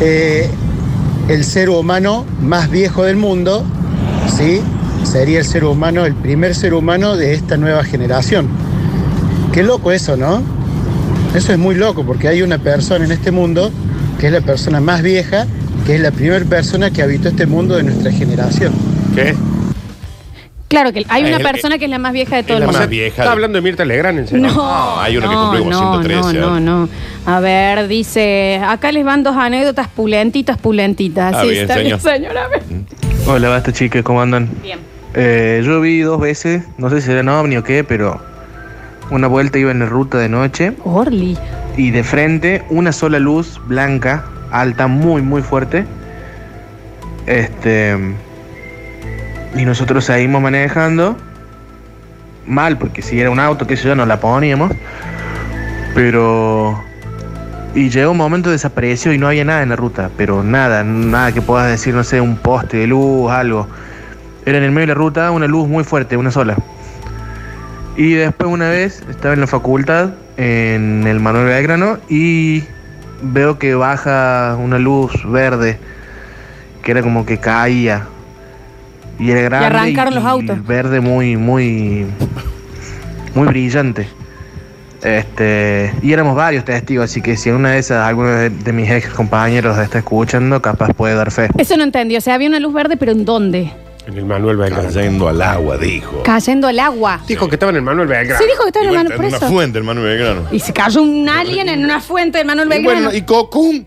Speaker 12: eh, el ser humano más viejo del mundo, ¿sí? Sería el ser humano, el primer ser humano de esta nueva generación. Qué loco eso, ¿no? Eso es muy loco porque hay una persona en este mundo que es la persona más vieja, que es la primera persona que habitó este mundo de nuestra generación.
Speaker 2: ¿Qué?
Speaker 1: Claro que hay una
Speaker 3: El-
Speaker 1: persona que es la más vieja de todo
Speaker 3: el
Speaker 1: el
Speaker 3: más
Speaker 1: mundo.
Speaker 3: vieja.
Speaker 2: Está hablando de Mirta Legrand, en serio.
Speaker 1: No,
Speaker 3: Ah, hay uno que cumple como 113,
Speaker 1: No, no,
Speaker 3: ¿eh?
Speaker 1: no. A ver, dice, acá les van dos anécdotas pulentitas, pulentitas.
Speaker 3: Ah,
Speaker 1: sí,
Speaker 3: bien,
Speaker 1: está bien,
Speaker 3: señor.
Speaker 1: señora. A ver.
Speaker 11: Hola, basta chicas, ¿cómo andan?
Speaker 1: Bien.
Speaker 11: Eh, yo vi dos veces, no sé si era ovni o qué, pero una vuelta iba en la ruta de noche
Speaker 1: Orly.
Speaker 11: y de frente una sola luz blanca, alta, muy, muy fuerte. Este. Y nosotros seguimos manejando. Mal, porque si era un auto, qué sé yo, nos la poníamos. Pero. Y llegó un momento desapareció y no había nada en la ruta. Pero nada, nada que puedas decir, no sé, un poste de luz, algo. Era en el medio de la ruta una luz muy fuerte, una sola. Y después una vez estaba en la facultad, en el Manuel Belgrano, y veo que baja una luz verde, que era como que caía. Y era grande.
Speaker 1: arrancaron los
Speaker 11: y
Speaker 1: autos.
Speaker 11: Verde muy, muy, muy brillante. Este, y éramos varios testigos, así que si una de esas, alguno de, de mis ex compañeros está escuchando, capaz puede dar fe.
Speaker 1: Eso no entendí. O sea, había una luz verde, pero ¿en dónde?
Speaker 2: En el Manuel Belgrano.
Speaker 3: Cayendo al agua, dijo.
Speaker 1: Cayendo al agua.
Speaker 2: Dijo que estaba en el Manuel Belgrano.
Speaker 1: Sí, dijo que estaba en el
Speaker 3: Igual,
Speaker 1: Manuel
Speaker 3: en una
Speaker 1: Preso.
Speaker 3: fuente, el Manuel Belgrano.
Speaker 1: Y se cayó un alien en una fuente de Manuel
Speaker 3: Y
Speaker 1: Belgrano.
Speaker 3: bueno, y Cocún.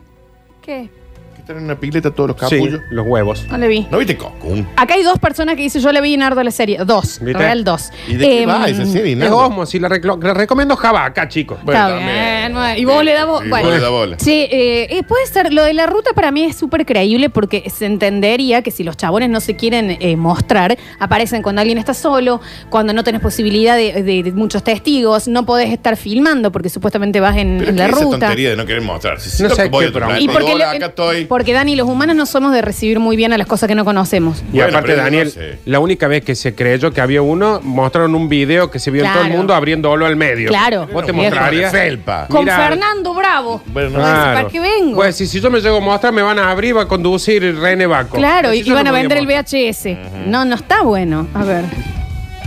Speaker 1: ¿Qué?
Speaker 3: Que están en una pileta todos los
Speaker 2: Sí,
Speaker 3: capullos.
Speaker 2: los huevos.
Speaker 1: No le vi.
Speaker 3: ¿No viste Cocún?
Speaker 1: Acá hay dos personas que dicen, yo le vi en Ardo la serie. Dos.
Speaker 2: ¿Viste?
Speaker 1: Real dos.
Speaker 3: ¿Y de qué
Speaker 1: Em,
Speaker 3: va esa serie?
Speaker 2: Es
Speaker 3: Nardo?
Speaker 2: Osmo, si la, reclo- la recomiendo Jabaca, chicos.
Speaker 1: Está
Speaker 3: Bueno,
Speaker 1: bien.
Speaker 3: también.
Speaker 1: bueno, Y vos le das bo-
Speaker 3: Sí,
Speaker 1: bueno.
Speaker 3: vos le das bola.
Speaker 1: Sí, eh, eh, puede ser. Lo de la ruta para mí es súper creíble porque se entendería que si los chabones no se quieren eh, mostrar, aparecen cuando alguien está solo, cuando no tenés posibilidad de, de- de muchos testigos, no podés estar filmando porque supuestamente vas en, en
Speaker 3: Pero es
Speaker 1: la
Speaker 3: que esa
Speaker 1: ruta.
Speaker 3: tontería de no querer mostrar. Si
Speaker 2: No
Speaker 3: no
Speaker 2: sé
Speaker 3: voy
Speaker 2: qué,
Speaker 3: a
Speaker 2: pero-
Speaker 3: otro planeta,
Speaker 1: Y
Speaker 3: digo,
Speaker 1: porque,
Speaker 3: hola,
Speaker 1: le-
Speaker 3: acá estoy.
Speaker 1: porque Dani, los humanos no somos de recibir muy bien a las cosas que no conocemos.
Speaker 2: Y
Speaker 3: Bueno,
Speaker 2: aparte,
Speaker 3: pero yo
Speaker 2: Daniel,
Speaker 3: no sé.
Speaker 2: la única vez que se creyó que había uno, mostraron un video que se vio en todo
Speaker 1: Claro.
Speaker 2: el mundo abriendo olo al medio.
Speaker 1: Claro.
Speaker 2: Vos te
Speaker 1: Viejo.
Speaker 2: mostrarías.
Speaker 3: Felpa.
Speaker 1: Con
Speaker 2: Mira,
Speaker 1: Fernando Bravo.
Speaker 3: Bueno, no.
Speaker 1: Vos decís, ¿Para qué vengo?
Speaker 2: Pues si, si yo me llego a mostrar, me van a abrir, va a conducir René Baco.
Speaker 1: claro,
Speaker 2: Si
Speaker 1: y
Speaker 2: yo
Speaker 1: van
Speaker 2: no
Speaker 1: a
Speaker 2: podía
Speaker 1: vender el
Speaker 2: mostrar.
Speaker 1: VHS. No, no está bueno. A ver.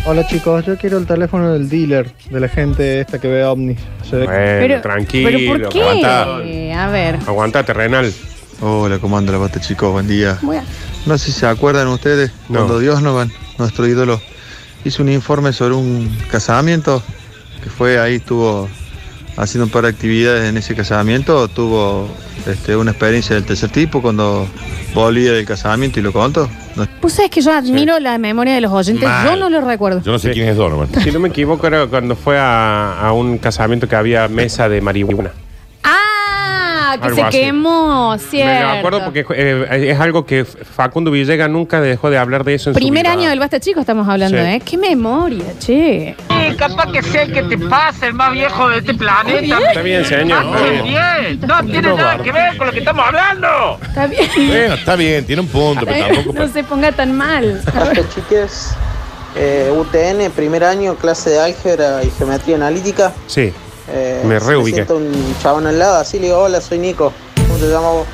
Speaker 13: Hola chicos, yo quiero el teléfono del dealer, de la gente esta que ve ovnis. Se ve-
Speaker 14: Eh.
Speaker 2: Bueno, tranquilo.
Speaker 1: ¿Pero por qué?
Speaker 2: Aguantá.
Speaker 1: A ver.
Speaker 2: Aguanta, terrenal.
Speaker 14: Hola, ¿cómo anda la basta, chicos? Buen día.
Speaker 1: Voy a-
Speaker 14: No sé si se acuerdan ustedes,
Speaker 2: No.
Speaker 14: cuando Dios van, nuestro ídolo, hizo un informe sobre un casamiento que fue ahí, estuvo haciendo un par de actividades en ese casamiento, tuvo este, una experiencia del tercer tipo cuando volvía del casamiento y lo contó. No-
Speaker 1: Pues sabes que yo admiro la memoria de los oyentes.
Speaker 14: Mal.
Speaker 1: Yo no lo recuerdo.
Speaker 3: no sé quién es Donovan.
Speaker 2: Si no me equivoco, era cuando fue a, a un casamiento que había mesa de marihuana.
Speaker 1: Ah, que
Speaker 2: Algo
Speaker 1: se
Speaker 2: así.
Speaker 1: quemó, cierto.
Speaker 2: Me lo acuerdo porque eh, es algo que Facundo Villega nunca dejó de hablar de eso en
Speaker 1: Primer
Speaker 2: su vida.
Speaker 1: año del Basta Chico estamos hablando,
Speaker 2: Sí.
Speaker 1: ¿eh? ¡Qué memoria, che!
Speaker 15: capaz que sea el que te pasa, el más viejo de este planeta.
Speaker 2: Está bien, señor,
Speaker 1: Ah,
Speaker 2: está
Speaker 15: Hace
Speaker 2: bien.
Speaker 15: bien. No tiene nada que ver con lo que estamos hablando.
Speaker 1: Está bien.
Speaker 3: Bueno, está bien, tiene un punto, pero tampoco.
Speaker 1: no se ponga tan mal.
Speaker 16: Basta, chiques. Eh, UTN, primer año, clase de álgebra y geometría analítica.
Speaker 2: Sí.
Speaker 16: Eh,
Speaker 2: Me
Speaker 16: se
Speaker 2: reubiqué.
Speaker 16: sienta un chabón al lado, así le digo, hola, soy Nico. ¿Cómo te llamas vos?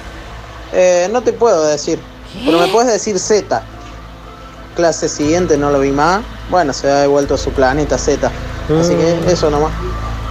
Speaker 16: "Eh, no te puedo decir, pero me puedes decir Z. Clase siguiente no lo vi más. Bueno, se ha devuelto a su planeta Z. Así que eso nomás.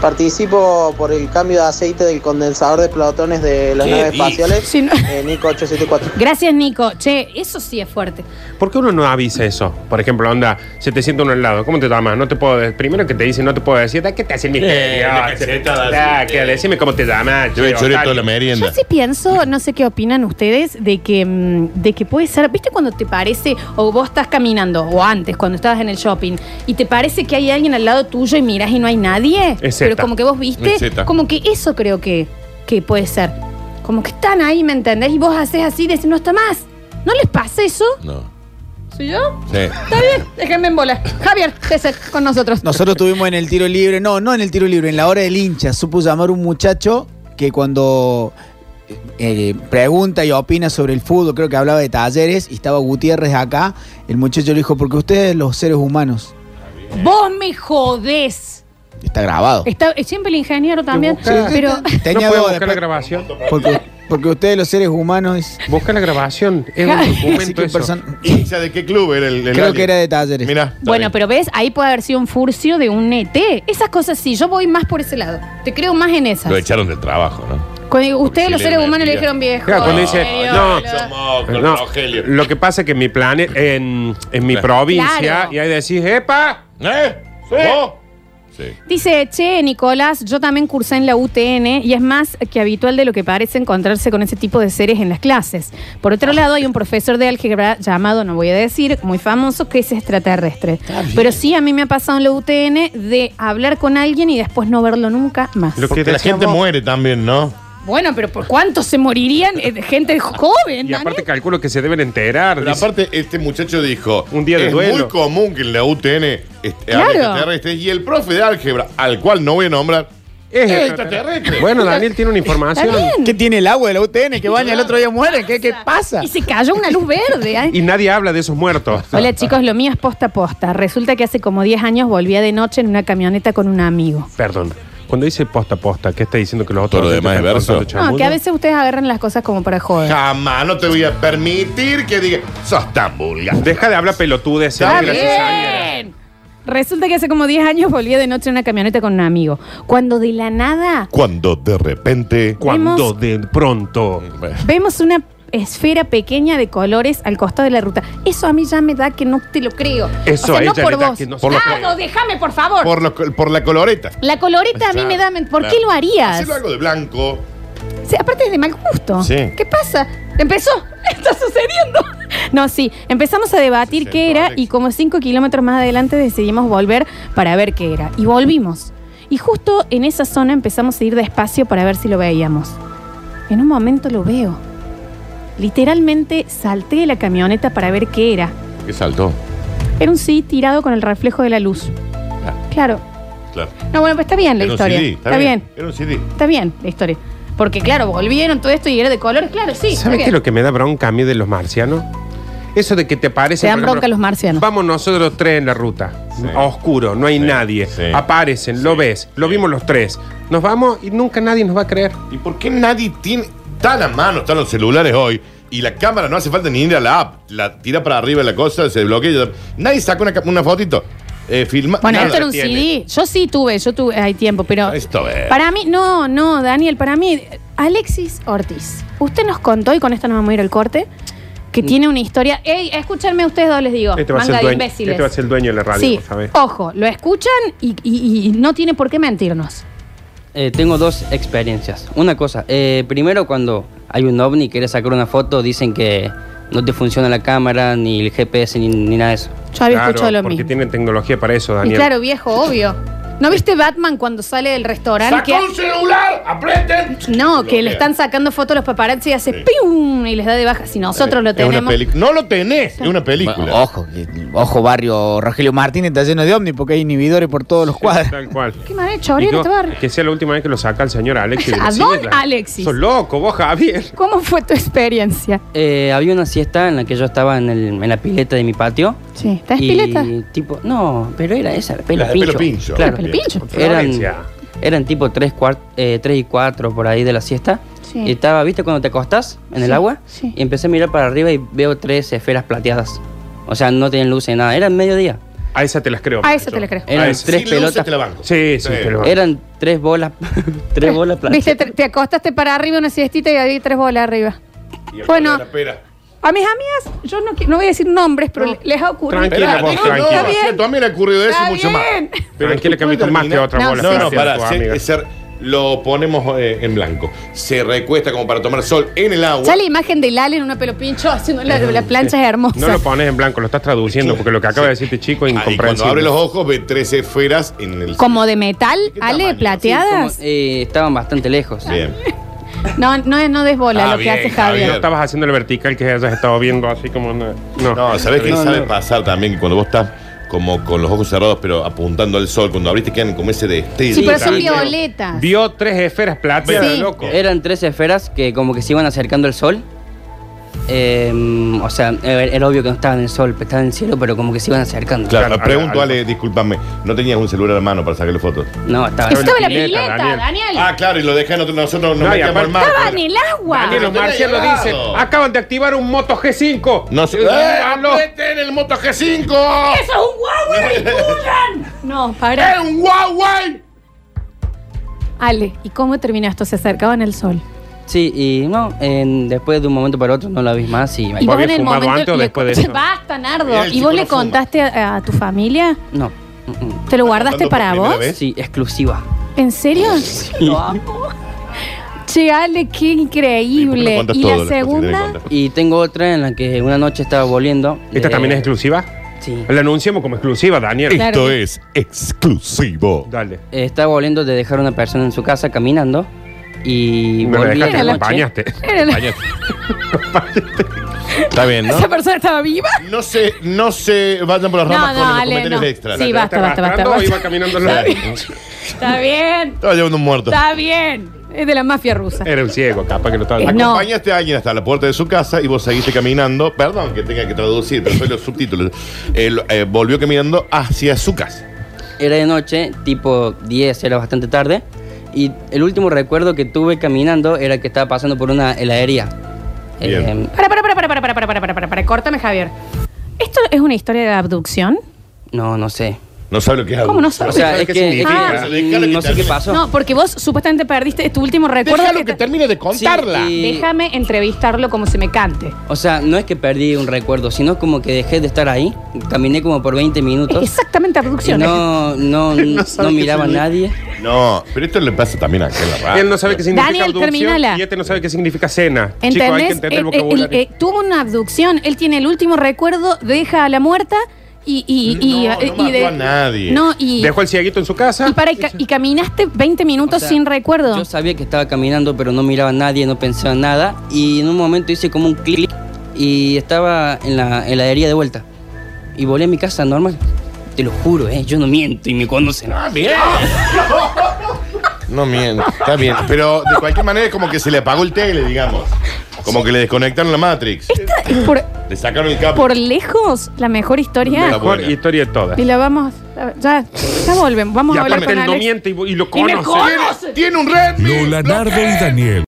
Speaker 16: Participo por el cambio de aceite del condensador de protones de las
Speaker 1: ¿Qué
Speaker 16: naves
Speaker 1: dices?
Speaker 16: espaciales. Eh, Nico 874.
Speaker 1: Gracias, Nico. Che, eso sí es fuerte.
Speaker 2: ¿Por qué uno no avisa eso? Por ejemplo, onda, se te sienta uno al lado, ¿cómo te llamas? No te puedo decir. Primero que te dice, no te puedo decir, ¿da qué te hace el misterio?
Speaker 3: la cacheta,
Speaker 2: Da,
Speaker 3: así,
Speaker 2: Ah, que decime cómo te llamas.
Speaker 3: Yo me
Speaker 2: che,
Speaker 3: choré
Speaker 2: o tal.
Speaker 3: toda la merienda.
Speaker 1: Yo sí pienso, no sé qué opinan ustedes, de que, mm, de que puede ser, ¿viste cuando te parece, o vos estás caminando, o antes, cuando estabas en el shopping, y te parece que hay alguien al lado tuyo y miras y no hay nadie?
Speaker 2: Es
Speaker 1: Pero
Speaker 2: zeta.
Speaker 1: como que vos viste,
Speaker 2: Es zeta.
Speaker 1: como que eso creo que, que puede ser. Como que están ahí, ¿me entendés? Y vos haces así, decís, no está más. ¿No les pasa eso?
Speaker 3: No.
Speaker 1: ¿Soy yo?
Speaker 3: Sí.
Speaker 1: Está bien, déjenme en bola. Javier, César, con nosotros.
Speaker 4: Nosotros tuvimos en el tiro libre, no, no en el tiro libre, en la hora del hincha, supo llamar un muchacho que cuando eh, pregunta y opina sobre el fútbol, creo que hablaba de talleres y estaba Gutiérrez acá, el muchacho le dijo, porque ustedes los seres humanos,
Speaker 1: Vos me jodés.
Speaker 4: está grabado.
Speaker 1: Está, siempre el ingeniero también.
Speaker 4: buscás.
Speaker 1: Pero.
Speaker 4: Tenía
Speaker 2: ¿No
Speaker 4: dos,
Speaker 2: puedes buscar la
Speaker 4: después-
Speaker 2: grabación?
Speaker 4: Porque, porque ustedes los seres humanos...
Speaker 2: Busca la grabación, es un
Speaker 4: Así
Speaker 2: documento
Speaker 4: que
Speaker 2: eso.
Speaker 4: persona-
Speaker 3: ¿Hincha de qué club era el, el
Speaker 4: Creo
Speaker 3: alguien?
Speaker 4: que era de talleres.
Speaker 3: Mira.
Speaker 1: Bueno, pero ves, ahí puede haber sido un furcio de un ET. Esas cosas sí, yo voy más por ese lado. Te creo más en esas.
Speaker 3: Lo echaron del trabajo, ¿no?
Speaker 1: Cuando ustedes
Speaker 3: sí
Speaker 1: los
Speaker 3: le
Speaker 1: seres
Speaker 3: metía.
Speaker 1: humanos le dijeron viejo.
Speaker 3: Ah,
Speaker 2: Claro, cuando dice,
Speaker 1: serio,
Speaker 2: no,
Speaker 1: boludo.
Speaker 3: Somos
Speaker 2: No,
Speaker 3: Rogelio.
Speaker 2: lo que pasa es que en mi plane, en, en mi provincia,
Speaker 1: Claro.
Speaker 2: y ahí decís, ¡epa!
Speaker 3: ¿Eh?
Speaker 2: ¿Vos?
Speaker 1: Dice, che, Nicolás, yo también cursé en la UTN y es más que habitual de lo que parece encontrarse con ese tipo de seres en las clases. Por otro lado, hay un profesor de álgebra llamado, no voy a decir, muy famoso, que es extraterrestre. Pero sí, a mí me ha pasado en la UTN de hablar con alguien y después no verlo nunca más.
Speaker 3: Lo que la
Speaker 2: decías
Speaker 3: gente
Speaker 2: vos.
Speaker 3: muere también, ¿no?
Speaker 1: Bueno, pero ¿por cuántos se morirían? Eh, de Gente joven,
Speaker 2: Y
Speaker 1: Dani.
Speaker 2: aparte calculo que se deben enterar.
Speaker 3: Pero aparte, este muchacho dijo: Un
Speaker 2: día de
Speaker 3: es
Speaker 2: duelo".
Speaker 3: muy común que en la UTN este,
Speaker 1: Claro.
Speaker 3: hable extraterrestres, y el profe de álgebra, al cual no voy a nombrar,
Speaker 2: es
Speaker 3: es
Speaker 2: extraterrestre.
Speaker 3: extraterrestre.
Speaker 2: Bueno, Daniel tiene una información.
Speaker 1: Está bien.
Speaker 4: ¿Qué tiene el agua de la UTN que baña el otro día muere? ¿Qué, qué pasa?
Speaker 1: Y se cayó una luz verde. ¿eh? ay.
Speaker 2: Y nadie habla de esos muertos.
Speaker 1: Hola chicos, lo mío es posta a posta. Resulta que hace como 10 años volvía de noche en una camioneta con un amigo.
Speaker 2: Perdón. Cuando dice posta a posta, ¿qué está diciendo que los otros?
Speaker 3: Todo lo
Speaker 2: oyentes
Speaker 3: demás es
Speaker 2: están
Speaker 3: verso.
Speaker 2: contando
Speaker 1: No,
Speaker 2: chamuyo?
Speaker 1: que a veces ustedes agarran las cosas como para joder.
Speaker 3: jamás no te voy a permitir que diga: sos tan vulgar.
Speaker 2: Deja de hablar pelotudes.
Speaker 1: Está
Speaker 2: ¿sabes?
Speaker 1: bien. Resulta que hace como 10 años volvía de noche en una camioneta con un amigo. Cuando de la nada
Speaker 3: Cuando de repente.
Speaker 2: Cuando
Speaker 1: Vemos-
Speaker 2: de pronto.
Speaker 1: vemos una esfera pequeña de colores al costado de la ruta. Eso a mí ya me da que no te lo creo.
Speaker 3: Eso
Speaker 1: o
Speaker 3: a
Speaker 1: sea, no
Speaker 3: ella
Speaker 1: por
Speaker 3: le da
Speaker 1: vos.
Speaker 3: que no se lo
Speaker 1: Claro,
Speaker 3: creo.
Speaker 1: déjame, por favor.
Speaker 3: Por, los- por la coloreta.
Speaker 1: La colorita a mí me da... ¿Por qué lo harías?
Speaker 3: Hacerlo algo de blanco.
Speaker 1: Sí, aparte es de mal gusto.
Speaker 3: Sí.
Speaker 1: ¿Qué pasa? Empezó. Está sucediendo. No, sí. Empezamos a debatir qué era y como cinco kilómetros más adelante decidimos volver para ver qué era. Y volvimos. Y justo en esa zona empezamos a ir despacio para ver si lo veíamos. En un momento lo veo. Literalmente salté de la camioneta para ver qué era.
Speaker 3: Que saltó.
Speaker 1: Era un CD tirado con el reflejo de la luz. Claro.
Speaker 3: Claro.
Speaker 1: No, bueno, pues está bien la
Speaker 3: Era un
Speaker 1: historia.
Speaker 3: CD,
Speaker 1: está bien.
Speaker 3: Era un CD.
Speaker 1: Está bien la historia. Porque claro, volvieron todo esto y era de colores, claro, sí. está
Speaker 2: ¿Sabes qué
Speaker 1: bien.
Speaker 2: es lo que me da bronca a mí de los marcianos? Eso de que te parece.
Speaker 1: Se dan bronca los marcianos.
Speaker 2: Vamos nosotros tres en la ruta. A oscuro, no hay nadie. Aparecen, lo ves, lo vimos los tres. Nos vamos y nunca nadie nos va a creer.
Speaker 3: ¿Y por qué nadie tiene tan a mano? Están los celulares hoy. Y la cámara no hace falta ni ir a la app. La tira para arriba la cosa, se bloquea. Nadie saca una, ca- una fotito. eh, filma-
Speaker 1: Bueno,
Speaker 3: nada
Speaker 1: esto era un
Speaker 3: tiene.
Speaker 1: CD. Yo sí tuve, yo tuve, hay tiempo, pero.
Speaker 3: Esto eh. es.
Speaker 1: Para mí, no, no, Daniel, para mí, Alexis Ortiz. Usted nos contó, y con esto nos vamos a ir al corte, que tiene una historia. Ey, escúchenme ustedes dos, les digo.
Speaker 2: Mm. Este va, a ser
Speaker 1: manga
Speaker 2: el
Speaker 1: de
Speaker 2: dueño,
Speaker 1: imbéciles.
Speaker 2: este va a ser el dueño de la radio,
Speaker 1: Sí,
Speaker 2: vos ¿sabés?
Speaker 1: ojo, lo escuchan y, y- y no tiene por qué mentirnos.
Speaker 17: Eh, tengo dos experiencias. Una cosa, eh, primero cuando hay un ovni y quieres sacar una foto, dicen que no te funciona la cámara, ni el GPS, ni, ni nada de eso.
Speaker 1: Yo había escuchado lo
Speaker 2: porque
Speaker 1: mismo.
Speaker 2: tienen tecnología para eso,
Speaker 1: Y
Speaker 2: Daniel.
Speaker 1: claro, viejo, obvio. ¿No viste Batman cuando sale del restaurante? que-
Speaker 3: celular! ¡Apreten!
Speaker 1: No, que le
Speaker 3: Bloquea.
Speaker 1: están sacando fotos a los paparazzi y hace ¡pium! y les da de baja. Si nosotros lo
Speaker 4: Es una
Speaker 1: tenemos.
Speaker 4: peli-
Speaker 3: No lo tenés, es una película.
Speaker 4: Bueno, ojo, ojo, barrio Rogelio Martínez está lleno de ovni porque hay inhibidores por todos los cuadros.
Speaker 2: Tal cual.
Speaker 1: ¿Qué me han hecho abrir
Speaker 2: Digo,
Speaker 1: este bar?
Speaker 2: Que sea la última vez que lo saca el señor Alexis. de la
Speaker 1: A don
Speaker 2: sierra.
Speaker 1: Alexis.
Speaker 2: Sos loco, vos, Javier.
Speaker 1: ¿Cómo fue tu experiencia?
Speaker 17: Eh, había una siesta en la que yo estaba en, el- en la pileta de mi patio.
Speaker 1: Sí, ¿estás
Speaker 17: y,
Speaker 1: pileta?
Speaker 17: tipo, no, pero era esa, la pelo
Speaker 1: La de
Speaker 17: pincho.
Speaker 1: pelo pincho.
Speaker 17: Claro.
Speaker 1: La de pelo pincho. Florencia.
Speaker 17: Eran, eran tipo 3, y 4 por ahí de la siesta.
Speaker 1: Sí.
Speaker 17: Y estaba, ¿viste? Cuando te acostás en el
Speaker 1: Sí,
Speaker 17: agua.
Speaker 1: sí.
Speaker 17: Y empecé a mirar para arriba y veo tres esferas plateadas. O sea, no tenían luces, nada. Era mediodía.
Speaker 2: A esa te las creo.
Speaker 1: A esa te las creo.
Speaker 17: Eran
Speaker 3: este
Speaker 17: tres pelotas.
Speaker 2: Sí, sí, te la banco.
Speaker 17: Eran tres bolas. tres bolas plateadas.
Speaker 1: Viste, te, te acostaste para arriba una siestita y había tres bolas arriba. Bueno, a mis amigas, yo no, qui- no voy a decir nombres, pero les ha ocurrido.
Speaker 3: Tranquila, vos,
Speaker 1: No,
Speaker 3: tranquila.
Speaker 1: está bien.
Speaker 3: a mí me ha ocurrido eso
Speaker 1: Está
Speaker 3: y mucho más.
Speaker 1: bien.
Speaker 3: Pero
Speaker 2: Tranquila, que
Speaker 3: tú
Speaker 2: ha visto
Speaker 3: puedes
Speaker 2: más que
Speaker 3: terminar.
Speaker 2: otra bola,
Speaker 3: No, no,
Speaker 2: sí, sí,
Speaker 3: para.
Speaker 2: tu amiga.
Speaker 3: lo ponemos eh, en blanco. Se recuesta como para tomar sol en el agua.
Speaker 1: Ya la imagen de Lali en una pelo pincho haciendo la, la plancha es hermosa.
Speaker 2: No lo pones en blanco, lo estás traduciendo, porque lo que acaba de decirte, chico, es
Speaker 3: Y cuando
Speaker 2: incomprensible.
Speaker 3: abre los ojos ve tres esferas en el
Speaker 1: Como de metal, Ale, plateadas.
Speaker 17: Sí, como, eh, estaban bastante lejos.
Speaker 3: Bien.
Speaker 1: No, no, no desbola lo que hace Javier.
Speaker 2: No estabas haciendo el vertical que hayas estado viendo así como. No,
Speaker 3: No, ¿sabés qué
Speaker 2: No,
Speaker 3: sabe
Speaker 2: no.
Speaker 3: pasar también? Que Cuando vos estás como con los ojos cerrados, pero apuntando al sol, cuando abriste quedan como ese destello.
Speaker 1: Sí, pero son
Speaker 3: También.
Speaker 1: violetas.
Speaker 2: Vio tres esferas plateadas,
Speaker 1: Sí.
Speaker 2: loco.
Speaker 3: Eh,
Speaker 17: Eran tres esferas que como que se iban acercando al sol. Eh, o sea, era, era obvio que no estaban en el sol, estaban en el cielo, pero como que se iban acercando.
Speaker 3: Claro, pregunto, Ale, discúlpame, ¿no tenías un celular a mano para sacarle fotos?
Speaker 17: No, estaba
Speaker 1: Estaba en la pileta, Daniel. Daniel.
Speaker 3: Ah, claro, y lo dejan otro- nosotros, nos
Speaker 2: No, y
Speaker 3: metíamos al mar.
Speaker 1: Estaba en el agua.
Speaker 2: Daniel, los marcianos dicen: acaban de activar un Moto G5.
Speaker 3: No sé-
Speaker 2: Eh,
Speaker 3: ¡Eh,
Speaker 2: hablo-
Speaker 3: ¡Aprieten el Moto G5!
Speaker 1: ¡Eso es un Huawei! ¡Huyan! No, para.
Speaker 2: Eh.
Speaker 3: ¡Es un Huawei!
Speaker 1: Ale, ¿y cómo terminó esto? Se acercaban al sol.
Speaker 17: Sí, y no, en- después de un momento para otro no la vi más y...
Speaker 1: Y vos en el momento. le- Basta,
Speaker 17: Mira,
Speaker 1: Nardo.
Speaker 17: el
Speaker 1: ¿Y
Speaker 17: chico
Speaker 1: vos
Speaker 17: no
Speaker 1: le
Speaker 17: fuma.
Speaker 1: contaste a, a tu familia?
Speaker 17: No.
Speaker 1: ¿Te lo guardaste para vos?
Speaker 2: ¿Eh?
Speaker 17: Sí, exclusiva.
Speaker 1: ¿En serio? Lo amo. Che, Ale, qué increíble. Y la segunda.
Speaker 17: Y tengo otra en la que una noche estaba volviendo. eh,
Speaker 2: ¿Esta también
Speaker 3: Eh.
Speaker 2: es exclusiva?
Speaker 17: Sí.
Speaker 2: La anunciamos como exclusiva, Daniel.
Speaker 17: Claro. Esto
Speaker 3: es exclusivo.
Speaker 2: Dale.
Speaker 17: Eh, estaba volviendo de dejar a una persona en su casa caminando y
Speaker 2: No la
Speaker 17: volví
Speaker 2: dejaste,
Speaker 17: en
Speaker 2: la
Speaker 17: la noche.
Speaker 2: acompañaste.
Speaker 1: Era la-
Speaker 3: Está bien, ¿no?
Speaker 1: ¿Esa persona estaba viva?
Speaker 3: No se, no se vayan por las
Speaker 1: No,
Speaker 3: ramas
Speaker 1: no,
Speaker 3: con los
Speaker 1: Ale,
Speaker 3: comentarios
Speaker 1: no.
Speaker 3: extras.
Speaker 1: Sí, basta, basta, basta,
Speaker 2: Arrastrando,
Speaker 1: basta.
Speaker 2: iba caminando la-
Speaker 1: Está bien.
Speaker 3: Estaba llevando un muerto.
Speaker 1: Está bien. Es de la mafia rusa.
Speaker 2: Era un ciego, capaz que lo estaba.
Speaker 1: Eh, no.
Speaker 3: Acompañaste a este alguien hasta la puerta de su casa y vos seguiste caminando. Perdón que tenga que traducir, pero soy los subtítulos. Él eh, volvió caminando hacia su casa.
Speaker 17: Era de noche, tipo 10, era bastante tarde. Y el último recuerdo que tuve caminando era que estaba pasando por una heladería. Eh,
Speaker 1: Para, para, para, para, para, para, para, para, para, para, para. Córtame, Javier. ¿Esto es una historia de abducción?
Speaker 17: no, no sé.
Speaker 3: No sabe lo que
Speaker 1: ¿Cómo no sabe?
Speaker 17: O sea, es
Speaker 1: ¿Qué
Speaker 17: que
Speaker 1: significa?
Speaker 17: es que no sé qué pasó.
Speaker 1: No, porque vos supuestamente perdiste tu último recuerdo.
Speaker 17: Déjalo
Speaker 1: que
Speaker 3: termine de
Speaker 17: contarla. Sí, y-
Speaker 1: Déjame entrevistarlo como se me cante.
Speaker 17: O sea, no es que perdí un recuerdo, sino como que dejé de estar ahí. Caminé como por 20 minutos.
Speaker 1: Exactamente
Speaker 17: y
Speaker 1: abducción. ¿eh?
Speaker 17: no, no, no,
Speaker 1: sabe qué
Speaker 17: miraba a
Speaker 1: significa.
Speaker 17: nadie.
Speaker 3: No, pero esto le pasa también a aquel raro.
Speaker 2: Él no sabe qué significa
Speaker 1: Daniel,
Speaker 2: abducción
Speaker 1: terminala.
Speaker 2: y este no sabe qué significa cena. Chico, hay que
Speaker 1: ¿Entendés?
Speaker 2: entender
Speaker 1: Él-
Speaker 2: el
Speaker 1: él-
Speaker 2: vocabulario.
Speaker 1: él- eh, tuvo una abducción, él tiene el último recuerdo, deja a la muerta y... y, y, eh, y de-
Speaker 2: mató a nadie.
Speaker 1: No, y,
Speaker 2: Dejó el Ah, cieguito en su casa.
Speaker 1: y para, y, ca- y caminaste 20 minutos
Speaker 17: O sea,
Speaker 1: sin recuerdo.
Speaker 17: Yo sabía que estaba caminando, pero no miraba a nadie, no pensaba en nada. Y en un momento hice como un clic y estaba en la heladería de vuelta. Y volé a mi casa normal. Te lo juro, ¿eh? yo no miento y me conocen.
Speaker 3: Ah, bien. No miento, está bien. Pero de cualquier manera es como que se le apagó el tele, digamos. Como que le desconectaron la Matrix.
Speaker 1: Es por,
Speaker 3: Le sacaron el cable.
Speaker 1: por lejos la mejor historia.
Speaker 2: La mejor historia de todas.
Speaker 1: Y la vamos... Ya, ya volvemos. Vamos
Speaker 2: Y
Speaker 1: a hablar
Speaker 2: aparte
Speaker 1: con
Speaker 2: él no
Speaker 1: Alex.
Speaker 2: miente y, y lo
Speaker 1: Y me
Speaker 2: conoce.
Speaker 1: conoce.
Speaker 3: Tiene un red.
Speaker 18: Lola Nardo y Daniel.